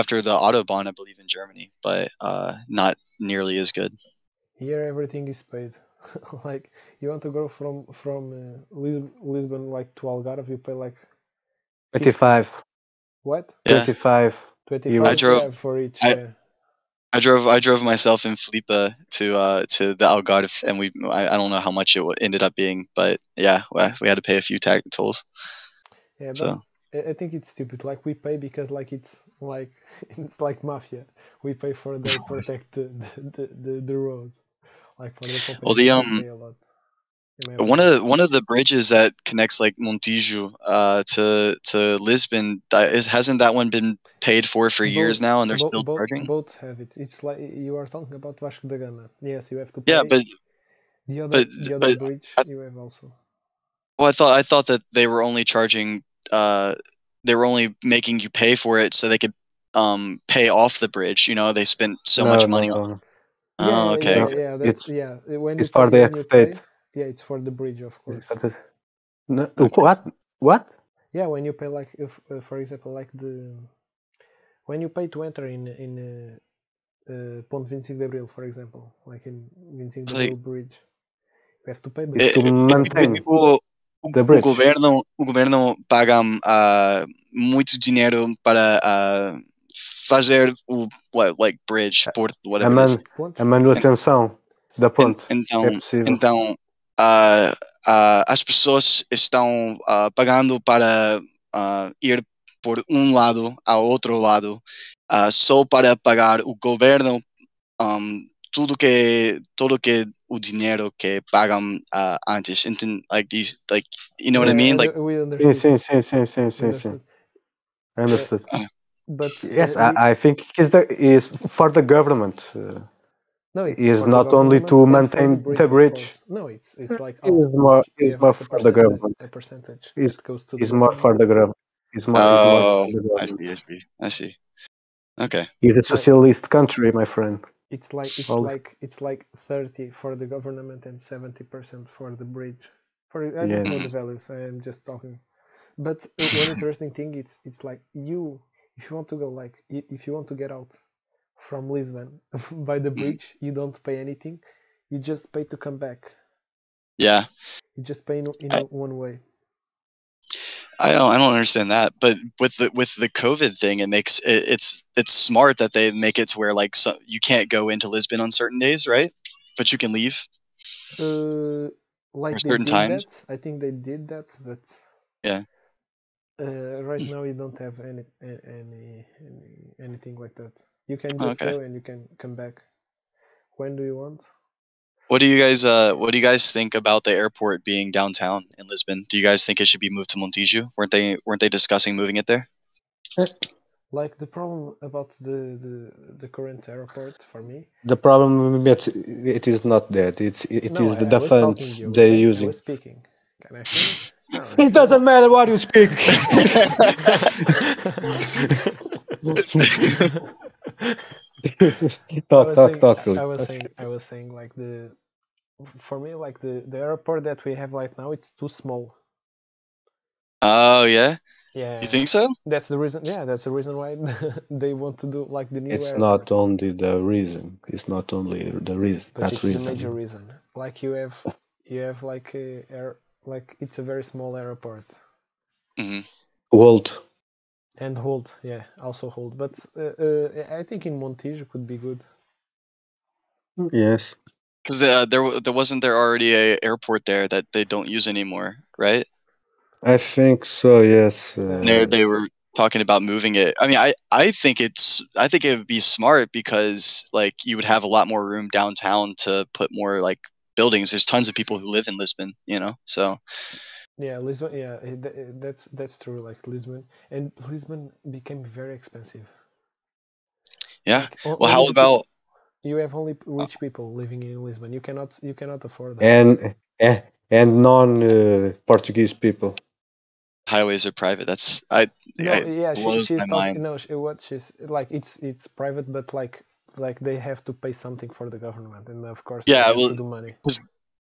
after the autobahn, I believe, in Germany, but uh, not nearly as good. Here everything is paid. like you want to go from from uh, Lis- Lisbon like to Algarve, you pay like 25, what? Yeah. 25. Twenty Euro. five I drove- for each. uh, I- yeah. I drove I drove myself in Flipa to uh to the Algarve and we I, I don't know how much it wa- ended up being but yeah we we had to pay a few tag tolls Yeah, but so I I think it's stupid. Like we pay because like it's like it's like mafia. We pay for they protect the the, the, the, the road. Like for the company. Well, the, um, pay a lot. one of one of the bridges that connects like Montijo uh to to Lisbon that is hasn't that one been paid for for years Both- now and they're Bo- still both- charging Both have it. It's like you are talking about Vasco da Gama. Yes, you have to pay. yeah but the other but- the other but bridge I- you have also. well I thought I thought that they were only charging uh they were only making you pay for it so they could um pay off the bridge you know they spent so No, no, much money on no, no. oh Yeah, okay okay. yeah, It's- that's, yeah. When it's you for the pay, when you pay- estate. Yeah, it's for the bridge, of course. No, What? What? uh, Yeah, when you pay like if, uh, for example, like the when you pay to enter in in uh, uh, Ponte 25 de Abril, for example, like in 25 de It's like- Abril bridge, you have to pay. Eh, This. Tu Porque mantém. o, tipo, o, The o bridge. governo o governo paga ah, muito dinheiro para ah, fazer o what, like bridge port A, whatever it is. man, Ponte? a manutenção da En- ponte. então É possível. então ah, ah, as pessoas estão ah, pagando para ah, ir por um lado ao outro lado ah, só para pagar o governo um, tudo que todo que o dinheiro que pagam ah, antes Enten- like these like you know what I Yeah, mean under- like we Sim, understood. sim, sim, sim, sim, sim, sim. understood. Understood. But uh, Yes, we- I, I think is the is for the government. Uh, No, it's is for the not only government to and for maintain the of bridge. course. No, it's it's like It's half, more- like, you it's have, more like, a for the percenta- government. A percentage It's- that goes to the is more for government. the government. Is more, is more oh for the I government. see I see I see okay It's a Like- socialist country, my friend. It's like it's All- like it's like thirty for the government and seventy percent for the bridge. For I don't Yeah. know the values. I am just talking. But uh, one interesting thing it's it's like you if you want to go like i- if you want to get out from Lisbon by the bridge, you don't pay anything. You just pay to come back. yeah You just pay in, in I- one way. I don't I don't understand that but with the with the COVID thing it makes it, it's it's smart that they make it to where like so, you can't go into Lisbon on certain days right but you can leave Uh, like they certain did times. that. I think they did that, but Yeah. Mm. Uh, right now you don't have any, a- any any anything like that. You can Oh, just okay. go and you can come back. When do you want? What do you guys uh what do you guys think about the airport being downtown in Lisbon? Do you guys think it should be moved to Montijo? Weren't they weren't they discussing moving it there? Like the problem about the the, the current airport for me. The problem that it is not that. It's it is no, I, the, I the was funds talking you. they're I, I using. was speaking. Can I finish? No, I It doesn't matter what you speak. I talk, was talk, saying- talk. I- Rui. I was saying, I was saying, like the, for me, like the the airport that we have right now, it's too small. Oh yeah? Yeah, You think so? that's the reason. Yeah, that's the reason why they want to do like the new It's airport. not only the reason. It's not only the reason. but that it's reason. the major reason. Like you have, you have like a air, like it's a very small airport hmm World. and hold, yeah, also hold. But uh, uh, I think in Montijo could be good. Yes. Cuz uh, there wa- there wasn't there already a airport there that they don't use anymore, right? I think so. Yes. they, Uh, they were talking about moving it. I mean, I, I think it's I think it would be smart because like you would have a lot more room downtown to put more like buildings. There's tons of people who live in Lisbon, you know. So Yeah, Lisbon. Yeah, eh, th- eh, that's that's true. Like Lisbon, and Lisbon became very expensive. yeah. Like, o- Well, only how the about Oh. peop- you have only p- rich people living in Lisbon? You cannot you cannot afford that. and eh, and non uh, Portuguese people. highways are private? That's I. No, I Oh, yeah, she, blows she's my talking. mind. No, she, what she's like, it's it's private, but like like they have to pay something for the government, and of course, Yeah, they have well, to do money.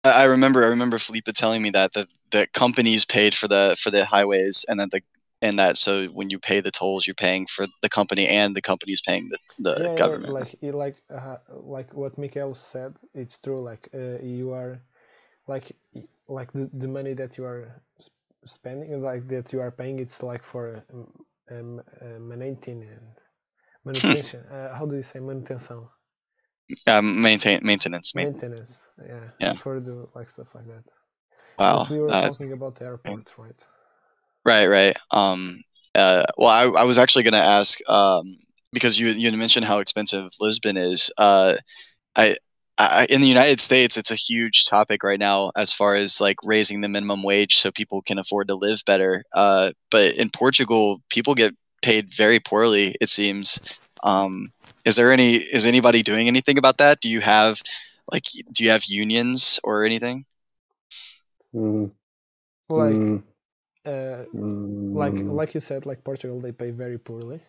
I I remember. I remember Felipe telling me that that that companies paid for the for the highways and that the and that so when you pay the tolls, you're paying for the company and the company's paying the, the yeah, yeah, government. like it- like uh, like what Mikael said, it's true. Like uh, you are like y- like the, the money that you are s- spending, like that you are paying, it's like for um, um, uh, maintaining and Hmm. manutention. uh, how do you say manutenção? um, maintain maintenance. Main, Maintenance. Yeah, Yeah. for the like stuff like that. wow, But we were that's- talking about the airport, right? Right, right. Um, uh, well, I, I was actually going to ask um, because you you had mentioned how expensive Lisbon is. Uh, I, I in the United States, it's a huge topic right now as far as like raising the minimum wage so people can afford to live better. Uh, but in Portugal, people get paid very poorly. It seems. Um, is there any is anybody doing anything about that? Do you have like do you have unions or anything? Mm, Like mm, uh, like mm. like you said, like Portugal, they pay very poorly.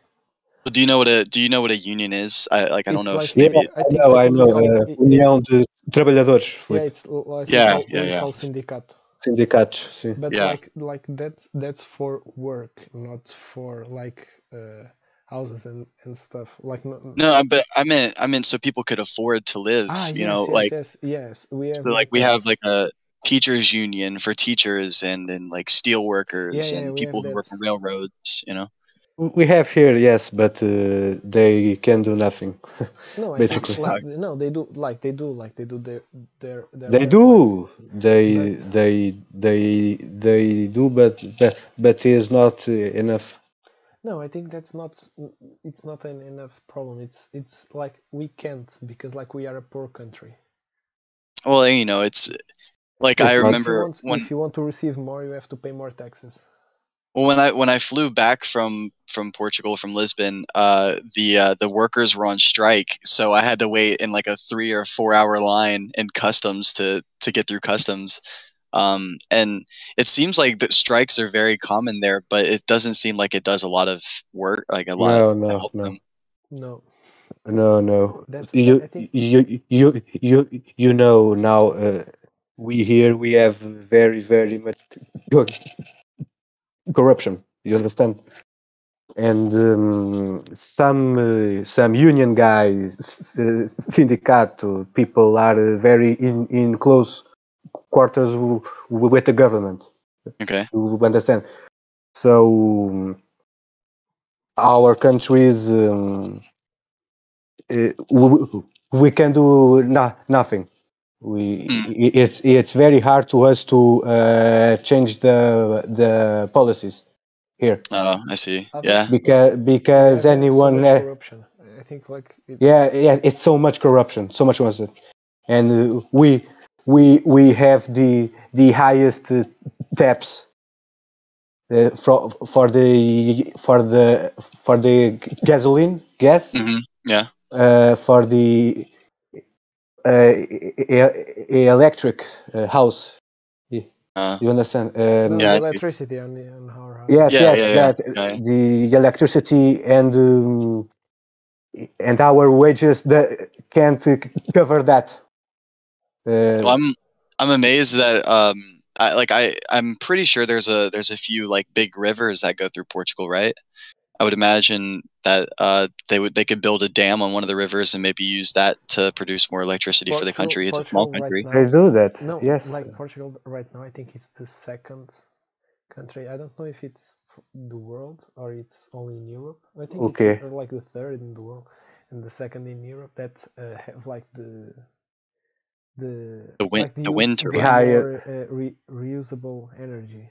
Do you know what a do you know what a union is? I like I don't It's know like if the- maybe I I think- know, I I think know. we call uh, it- União de Trabalhadores, Yeah, Filipe. it's l- like Yeah, we call, yeah, we yeah. call sindicato, sindicatos, sim. but Yeah. like like that's that's for work, not for like uh, houses and, and stuff. Like no, No, I, but I meant I meant so people could afford to live. ah, you yes, know, yes, like yes, yes. We have so, like we a- have like a teachers union for teachers and and like steel workers Yeah, yeah, and we have people who work that. on railroads. You know. We have here, yes, but uh, they can do nothing. no, I basically. Think, like, no, they do like they do like they do their their. their They work, like- do, they But- they they they do, but but but is not uh, enough. No, I think that's not. It's not an enough problem. It's it's like we can't because like we are a poor country. Well, you know, it's like It's not- I if you remember want, when if you want to receive more, you have to pay more taxes. Well, when I when I flew back from from Portugal from Lisbon, uh, the uh, the workers were on strike, so I had to wait in like a three or four hour line in customs to to get through customs. Um, and it seems like that strikes are very common there, but it doesn't seem like it does a lot of work, like a lot. No, to no, help no. them. No, No, no. That's- I- I You, think- you, you, you, you know now. Uh, we here we have very, very much co- corruption. You understand? And um, some uh, some union guys, s- s- syndicato people are uh, very in, in close quarters w- w- with the government. Okay. You understand? So um, our countries, um, uh, we, we can do no, nothing. We Hmm. i- it's it's very hard to us to uh, change the the policies here Oh, I see. Other- Yeah. because We because have, like, so anyone much uh, corruption. I think like it, yeah yeah it's so much corruption so much corruption and uh, we we we have the the highest uh, taps uh, for for the for the for the gasoline gas hmm uh, for the uh, e- e- e- electric uh, house. Uh, You understand? Um, no, Yeah, I see. electricity on the, on our house. Yes, Yeah, yes, yeah, yeah. that Yeah. the electricity and um, and our wages that can't uh, c- cover that. Uh, Well, Oh, I'm I'm amazed that um I like I I'm pretty sure there's a there's a few like big rivers that go through Portugal, right? I would imagine that uh they would they could build a dam on one of the rivers and maybe use that to produce more electricity for the Portugal- country. It's a Portugal small country. Right Uh, they now, do that. no, yes. like Portugal right now, I think it's the second country. I don't know if it's f- the world or it's only in Europe. I think Okay. it's uh, like the third in the world and the second in Europe that uh, have like the the The wind- like the wind use- turbine. the Yeah, yeah. more, uh, re- reusable energy.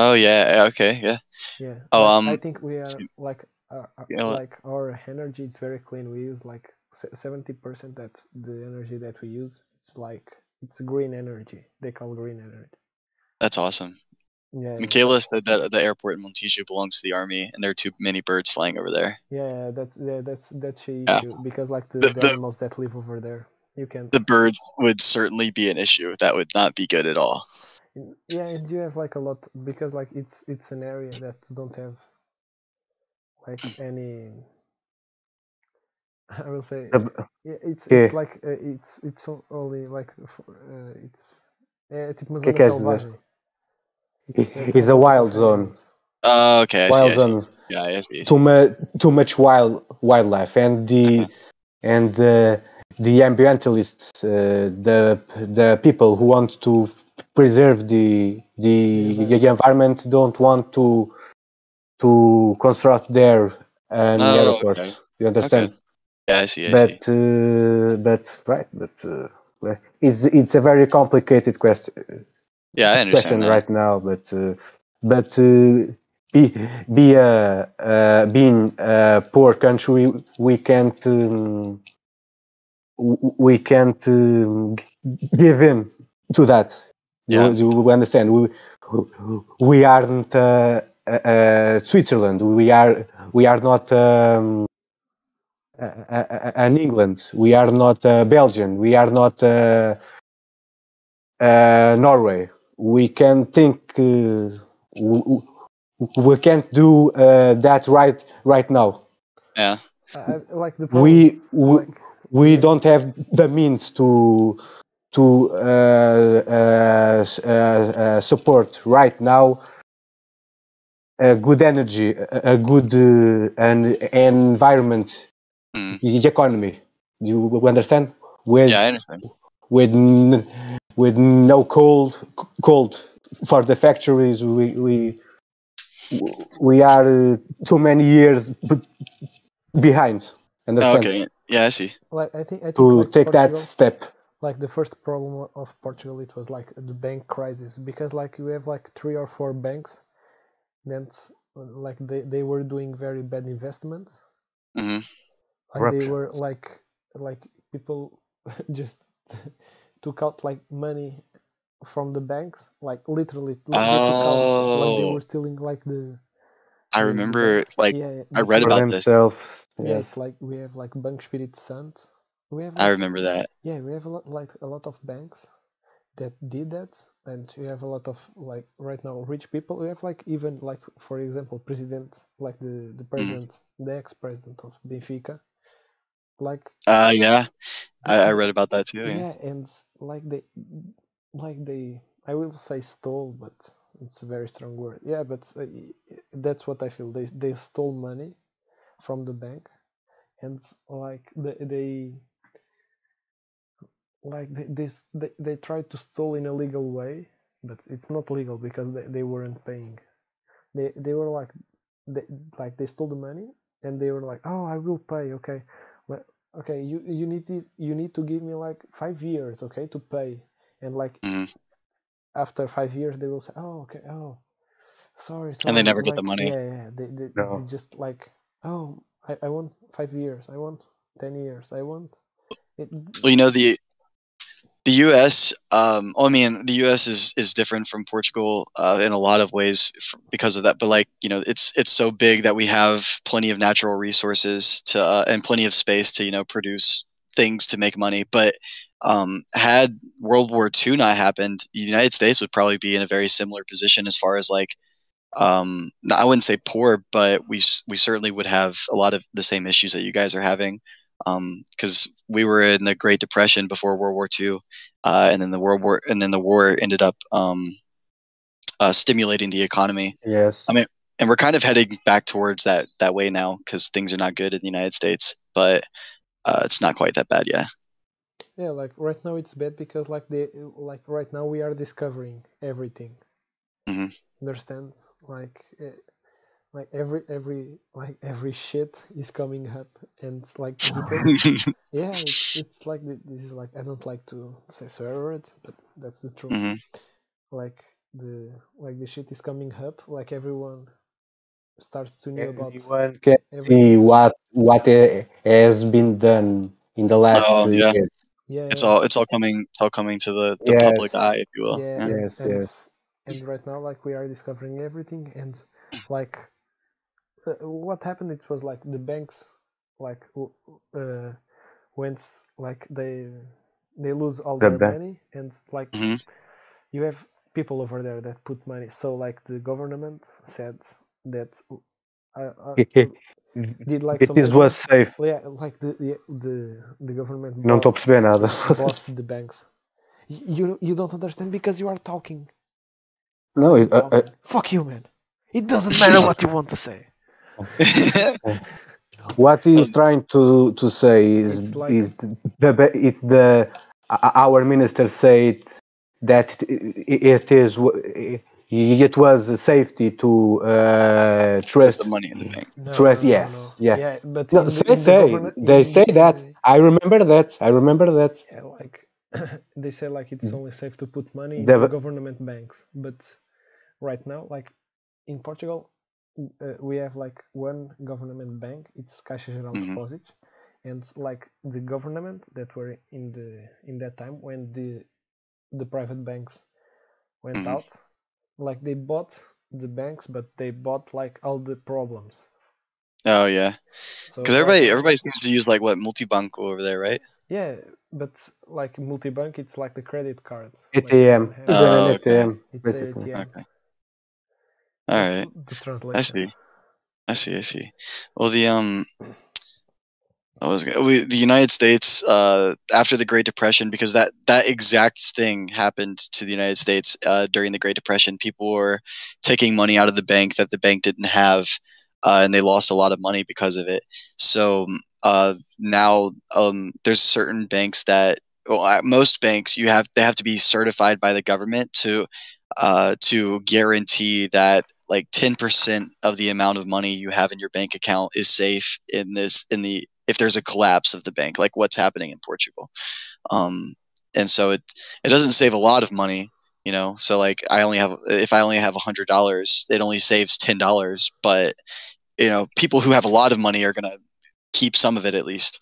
Oh yeah, yeah, okay, yeah. Yeah. Oh, like, I um, think we are see- like uh, uh, Yeah, like- like our energy it's very clean. We use like seventy percent that the energy that we use it's like it's green energy. They call green energy. That's awesome. Yeah. yeah. Michaela said that the airport in Montijo belongs to the army and there are too many birds flying over there. Yeah, that's yeah, that's that's the Yeah. issue because like the, The- the the- animals that live over there, you can. The birds would certainly be an issue. That would not be good at all. Yeah, and you have like a lot because like it's it's an area that don't have like any. I will say The- yeah, it's it's Okay. like uh, it's it's o- only like for, uh, it's é tipo uma Que zona que és dizer? selvagem. It's It's a wild zone. Oh, okay, I see, I Wild see. zone. Yeah, I see. I see. Too much. Too much wild wildlife and the Uh-huh. and the the ambientalists, uh, the the people who want to preserve the the, The the environment don't want to to construct their um, Oh, airport. okay. You understand? Yeah, I see, I see. But uh, but right, but uh, well, it's it's a very complicated question Yeah, I question understand that. right now. But uh, but uh, be be a uh, being a poor country, we can't um, w- we can't um, give in to that. You, Yeah. you understand? We we aren't uh, uh, uh, Switzerland. We are we are not. Um, uh, uh, an England. We are not uh, Belgian. We are not uh, uh, Norway. We can think. Uh, w- w- we can't do uh, that right right now. Yeah. I, I- like the problem is, We we, like, we don't have the means to to uh, uh, s- uh, uh, support right now a good energy, a, a good uh, an, environment, Hmm. the economy. You understand? With Yeah, I understand. with n- with no cold cold for the factories. We we we are uh, too many years b- behind. Oh, Understand? okay. Yeah, I see. Like I think I think To like, take that Portugal- step. like the first problem of Portugal it was like the bank crisis because like you have like three or four banks then s- like they, they were doing very bad investments hmm like they were Corruptions. like like people just took out like money from the banks like literally, literally took out, like they Oh. were stealing like the I Yeah, remember, like, yeah, yeah, I the- read for about this. themselves. yes like we have like Banco Espírito Santo we have I like, remember that. Yeah, we have a lot, like a lot of banks that did that, and we have a lot of like right now rich people. We have like even like for example, president like the the president, the ex president of Benfica, like Uh, yeah, I, I read about that too. Yeah. yeah, and like they like they I will say stole, but it's a very strong word. Yeah, but uh, y- that's what I feel. They they stole money from the bank, and like they. they like they, they, s- they they tried to steal in a legal way but it's not legal because they, they weren't paying they they were like they like they stole the money and they were like oh i will pay okay well, okay you you need to, you need to give me like five years okay to pay and like Mhm. after five years they will say oh okay oh sorry sorry And they never get the like, money. yeah yeah they, they, No. they just like oh I, I want five years i want ten years i want it, Well, you know the the U.S. Um, well, I mean, the U.S. is is different from Portugal uh, in a lot of ways f- because of that. But like, you know, it's it's so big that we have plenty of natural resources to uh, and plenty of space to you know produce things to make money. But um, had World War II not happened, the United States would probably be in a very similar position as far as like. Um, no, I wouldn't say poor, but we s- we certainly would have a lot of the same issues that you guys are having because um, we were in the Great Depression before World War II, uh, and then the World War and then the war ended up um, uh, stimulating the economy, Yes. I mean- and we're kind of heading back towards that that way now because things are not good in the United States, but uh, it's not quite that bad, yeah. Yeah, like right now it's bad because like the like right now we are discovering everything. Mhm. Understand? Like eh, like every every like every shit is coming up and like people- Mm-hmm. yeah, it's, it's like th- this is like I don't like to say swear word, but that's the truth. hmm Like the like the shit is coming up. Like everyone starts to know about Everyone can everything. see what what eh, has been done in the last Oh, uh, yeah. years. Yeah, It's yeah. all it's all coming it's all coming to the, the public Yes. eye, if you will. yeah, Yeah. and, Yes, and, yes. and right now like we are discovering everything and like uh, what happened it was like the banks like w- uh went like they they lose all The their bank. money and like Mhm. you have people over there that put money so like the government said that uh, uh, did like some This was safe. well, yeah like the the the, the government Não estou a bought- perceber nada. bought the banks Y- you you don't understand because you are talking Não, eu- eu- eu- Fuck you, man. It doesn't matter what you want to say. what he's Oh. trying to to say is It's like- is the ba- it's the o- our minister said that it it is w- it was a safety to uh, trust the money in the bank. No, Trust- yes, yeah. yeah, but No, in the- say, in the say. government- They in say the- that. I remember that. I remember that. Yeah, like they say, like Mm-hmm. it's only safe to put money in The- the government banks, but right now, like in Portugal, uh, we have like one government bank. It's Caixa Geral de Mhm. Depósitos, and like the government that were in the in that time when the the private banks went Mhm. out, like they bought the banks, but they bought like all the problems. Oh yeah. So Because like- everybody everybody seems to use like what multibank over there, right? Yeah, but like multi-bank, it's like the credit card. like you ATM. can It's have- Oh, an okay. ATM, it's a basically. ATM. Okay. All right. The translation. I see. I see. I see. Well, the um, I was gonna- we, the United States uh, after the Great Depression because that that exact thing happened to the United States uh, during the Great Depression. People were taking money out of the bank that the bank didn't have, uh, and they lost a lot of money because of it. So uh, now um, there's certain banks that well, at most banks you have they have to be certified by the government to uh, to guarantee that like 10% of the amount of money you have in your bank account is safe in this in the if there's a collapse of the bank like what's happening in portugal um, and so it it doesn't save a lot of money you know so like i only have if i only have $100 it only saves $10 but you know people who have a lot of money are going to keep some of it at least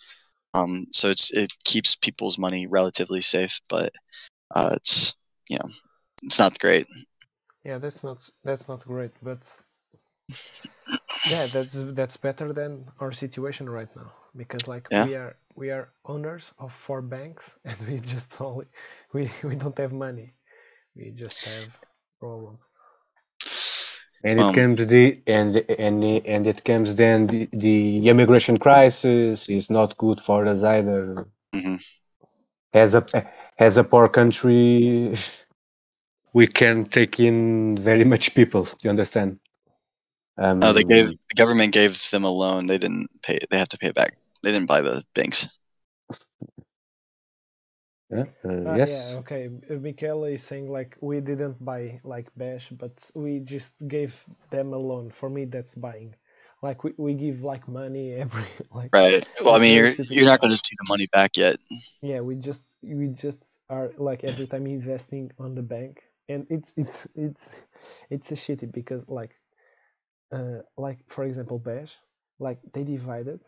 um, so it's it keeps people's money relatively safe but uh, it's you know it's not great Yeah, that's not that's not great, but yeah, that's that's better than our situation right now because like Yeah. we are we are owners of four banks and we just only we we don't have money, we just have problems. and it Um, comes the and and and it comes then the, the immigration crisis is not good for us either Mhm. as a as a poor country we can take in very much people you understand um, No, Oh, they gave the government gave them a loan. They didn't pay. They have to pay it back. They didn't buy the banks. uh, uh, Ah, yes Yeah. Okay. uh, Michele is saying like we didn't buy like Bash, but we just gave them a loan. For me, that's buying. Like we, we give like money every like Right. Well, I That's mean, really you're stupid. you're not going to see the money back yet. yeah we just we just are like every time investing on the bank and it's it's it's it's a shitty because like uh like for example bash like they divided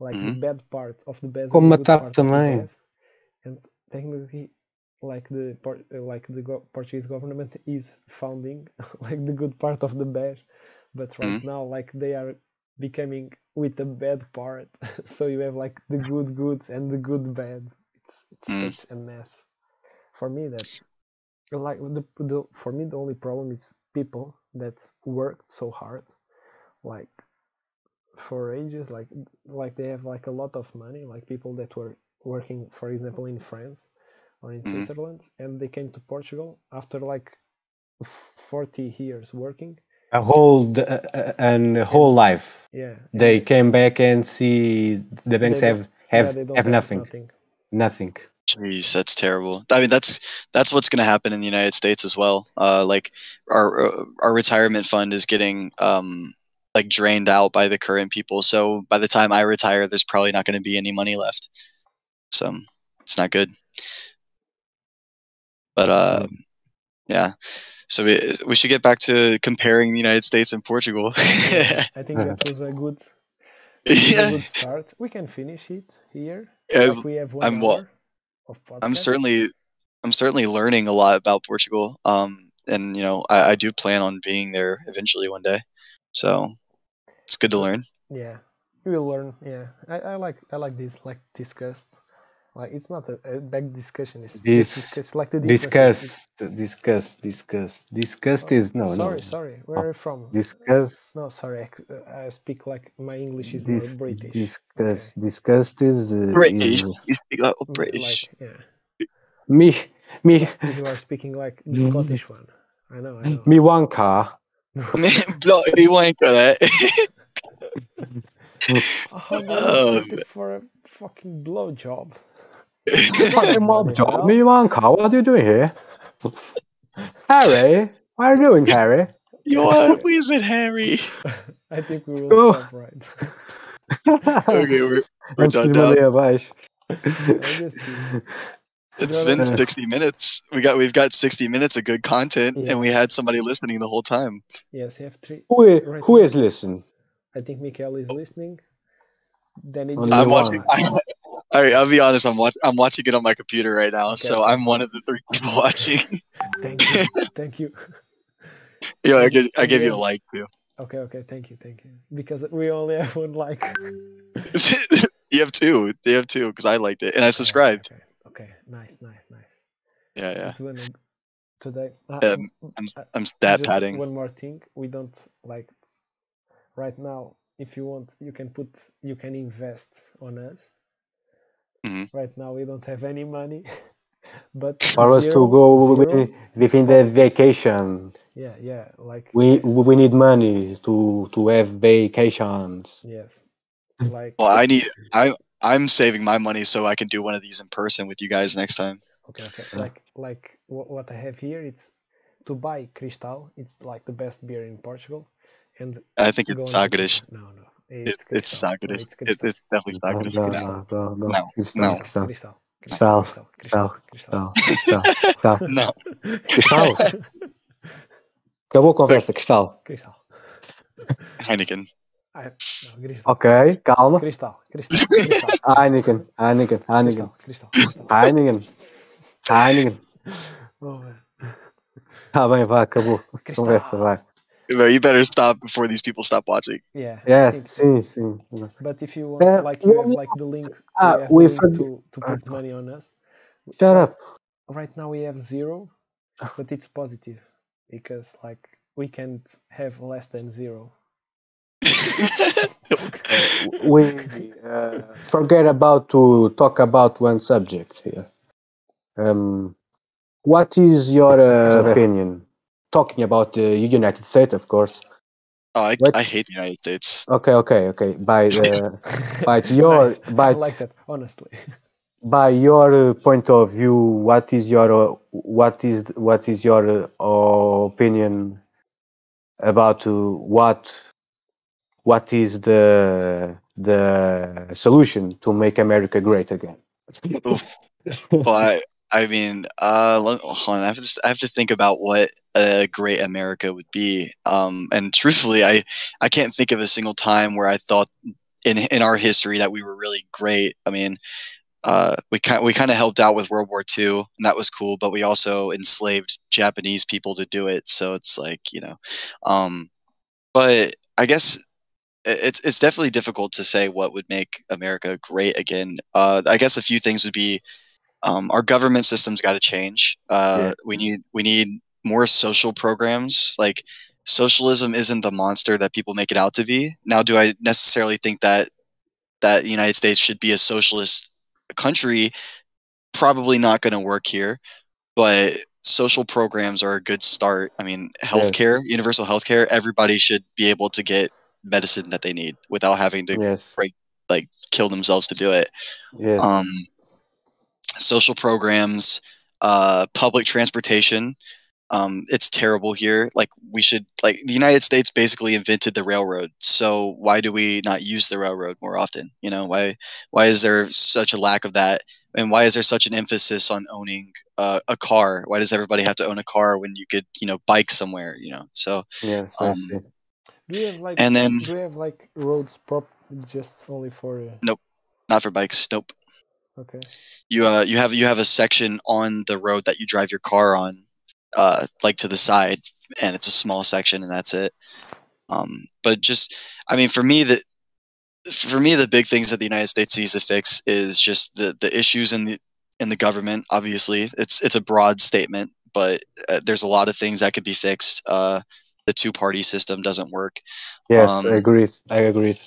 like the Mhm. bad part of the best Como and the good tá part of the também. best and technically like the Por- uh, like the go- portuguese government is funding like the good part of the bash but right now like they are becoming with the bad part so you have like the good good and the good bad it's, it's Mm. such a mess for me that's like the, the for me the only problem is people that worked so hard like for ages like like they have like a lot of money like people that were working for example in france or in Mhm. switzerland and they came to portugal after like 40 years working a whole d- uh, uh, and a whole life yeah and they came back and see the banks don't- have have, yeah, they don't have nothing nothing nothing Jeez, that's terrible. I mean, that's that's what's going to happen in the United States as well. Uh, like our uh, our retirement fund is getting um like drained out by the current people. So by the time I retire, there's probably not going to be any money left. So it's not good. But uh, yeah. So we we should get back to comparing the United States and Portugal. i think that was a good a yeah. good start we can finish it here Uh, like we have one I'm hour wa- of podcast. I'm certainly I'm certainly learning a lot about Portugal. Um, and you know, I, I do plan on being there eventually one day. So it's good to learn. yeah you will learn yeah I, I like i like this like discussed like it's not a, a big discussion it's, This- it's discussed like the differences. discussed It's- discussed discussed discussed is no Oh, sorry no sorry where are you from discuss no sorry I c- uh, I, speak like my english is dis, more british discuss discussed is the British. is You speak like a Mm, British. like yeah me me you are speaking like the Mm. scottish one i know i know me one car Bloody wanker that. how do you Um, accept it for a fucking blow job fucking mob Bloody job hell. me one car what are you doing here Harry what are you doing Harry you are please with Harry. i think we will Go. stop right Okay, we're, we're antes done de now. valer abaixo I just did. It's been Uh. sixty minutes. We got we've got sixty minutes of good content Yeah. and we had somebody listening the whole time. yes you have three who is, Right who now. is listening i think michael is listening then it Only just Only I'm goes watching. one. I, all right, I'll be honest. I'm watch, I'm watching it on my computer right now, so okay. I'm one of the three people watching. Thank you. Thank you. Yeah, I Thank- give, I thank give you. you a like too. Okay, okay, thank you, thank you. Because we only have one like. you have two. You have two because I liked it and I subscribed. Okay, okay, okay. nice, nice, nice. Yeah, yeah. It's winning today. Uh, Um, m- I'm uh, I'm stat just padding. One more thing, we don't like right now. if you want, you can put, you can invest on us. Mhm. Right now, we don't have any money, but For us to zero- go zero- wi- within the vacation, yeah, yeah, like we we need money to to have vacations. yes, like Well, I need I I'm saving my money so I can do one of these in person with you guys next time. okay, okay. Yeah. like like what, what I have here, it's to buy Cristal. It's like the best beer in Portugal, and I think go it's on to Sagres. Cristal. No, no, It, it's it's Cristal. No, Sagres. It, Cristal. it's definitely uh, No, Sagres. no, No. no, no, no, No, Cristal, no. Cristal, Cristal. Cristal, Cristal. Cristal, Cristal, Cristal. No. Cristal. Acabou a conversa, Cristal. Cristal. Heineken. Ah, é. Não, Cristal. Ok, calma. Cristal. Cristal. Cristal. Heineken, Heineken, Heineken, Cristal. Cristal. Cristal. Heineken, Heineken. Oh, man. Ah, bem, vá, acabou a Cristal. conversa, vai. Bro, you better stop before these people stop watching. Yeah. I Yes, think so. sim, sim. But if you want, Uh, like, you well, have we- like the link, ah, we have we the link forg- to, to put Ah. money on us. Shut up. Right now we have zero, Ah. but it's positive because like we can't have less than zero. we uh, forget about to talk about one subject here. Um, what is your uh, opinion? Talking about the United States, of course. oh, I, What? I hate the United States. Okay, okay, okay. By uh, the, But your- Nice. I but- like that honestly. by your uh, point of view, what is your uh, what is what is your uh, opinion about uh, what what is the the solution to make America great again? Well, I, I mean, uh, lo- hold on. I have, to, I have to think about what a great America would be. Um, and truthfully, I, I can't think of a single time where I thought in in our history that we were really great. I mean, uh, we kind we kind of helped out with World War II, and that was cool. But we also enslaved Japanese people to do it, so it's like you know, um, but I guess it- it's it's definitely difficult to say what would make America great again. Uh, I guess a few things would be um, our government system's got to change. Uh, Yeah. We need we need more social programs. Like socialism isn't the monster that people make it out to be. Now, do I necessarily think that that the United States should be a socialist country? Probably not going to work here, but social programs are a good start. I mean, healthcare, universal healthcare, everybody should be able to get medicine that they need without having to yes, kill themselves to do it yes. um, social programs, uh, public transportation. Um, it's terrible here. Like we should like the United States basically invented the railroad. So why do we not use the railroad more often? You know why why is there such a lack of that? And why is there such an emphasis on owning uh, a car? Why does everybody have to own a car when you could you know bike somewhere? You know so Yes, I Um, see. Do you have like and then do you have like roads prop just only for uh, not for bikes. Nope. okay you uh you have you have a section on the road that you drive your car on uh like to the side and it's a small section and that's it um but just i mean for me the for me the big things that the united states needs to fix is just the the issues in the in the government obviously it's it's a broad statement but uh, there's a lot of things that could be fixed uh the two party system doesn't work Yes, um, I agree. I agree.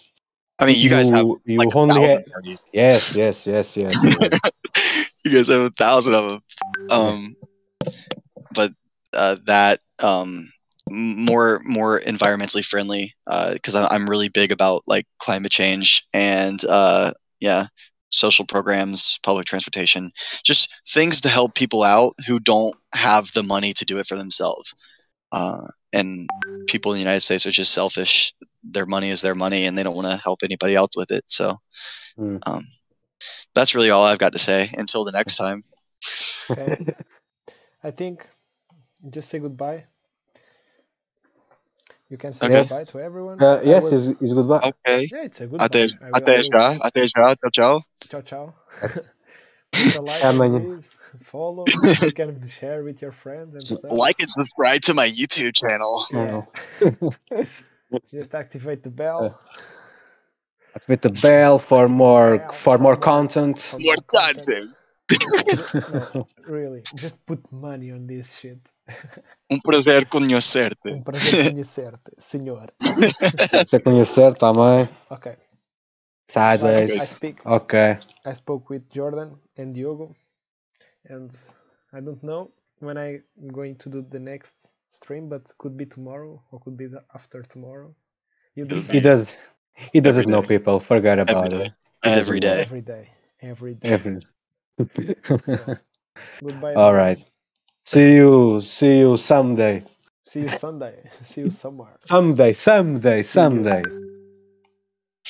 i mean you guys have you like a only thousand have parties yes, yes, yes, yes. yes. you guys have a thousand of them. Um, but uh, that um, m- more more environmentally friendly because I'm, I'm really big about like climate change and uh, yeah, social programs, public transportation, just things to help people out who don't have the money to do it for themselves. Uh, and people in the United States are just selfish. Their money is their money, and they don't want to help anybody else with it. So Hmm. um, that's really all I've got to say. Until the next time. okay I think just say goodbye. You can say Okay. goodbye to everyone. Uh, I yes, will- is is goodbye. Ok. yeah, it's a goodbye. Até, I will- I até will- já. Até já. Tchau, tchau. Ciao, ciao. Leave a like, Amanhã. please. Follow. You can share with your friends and stuff. Like and subscribe to my YouTube channel. Yeah. Just activate the bell. Activate the bell for more for more content. for More more content. content. No, really, just put money on this shit. Um prazer conhecer-te. Um prazer conhecer-te, senhor. Você conhecer também. Ok. so I, I Sideways. speak. Ok. I spoke with Jordan and Diogo, and I don't know when I'm going to do the next stream, but could be tomorrow or could be the after tomorrow. You It'll decide. He does. He doesn't Every know day. people. Forget Every about day. it. Every day. Every day. Every day. Every. So, goodbye. All everyone. right. See you. See you someday. See you Sunday. See you somewhere. Someday. Someday. Someday.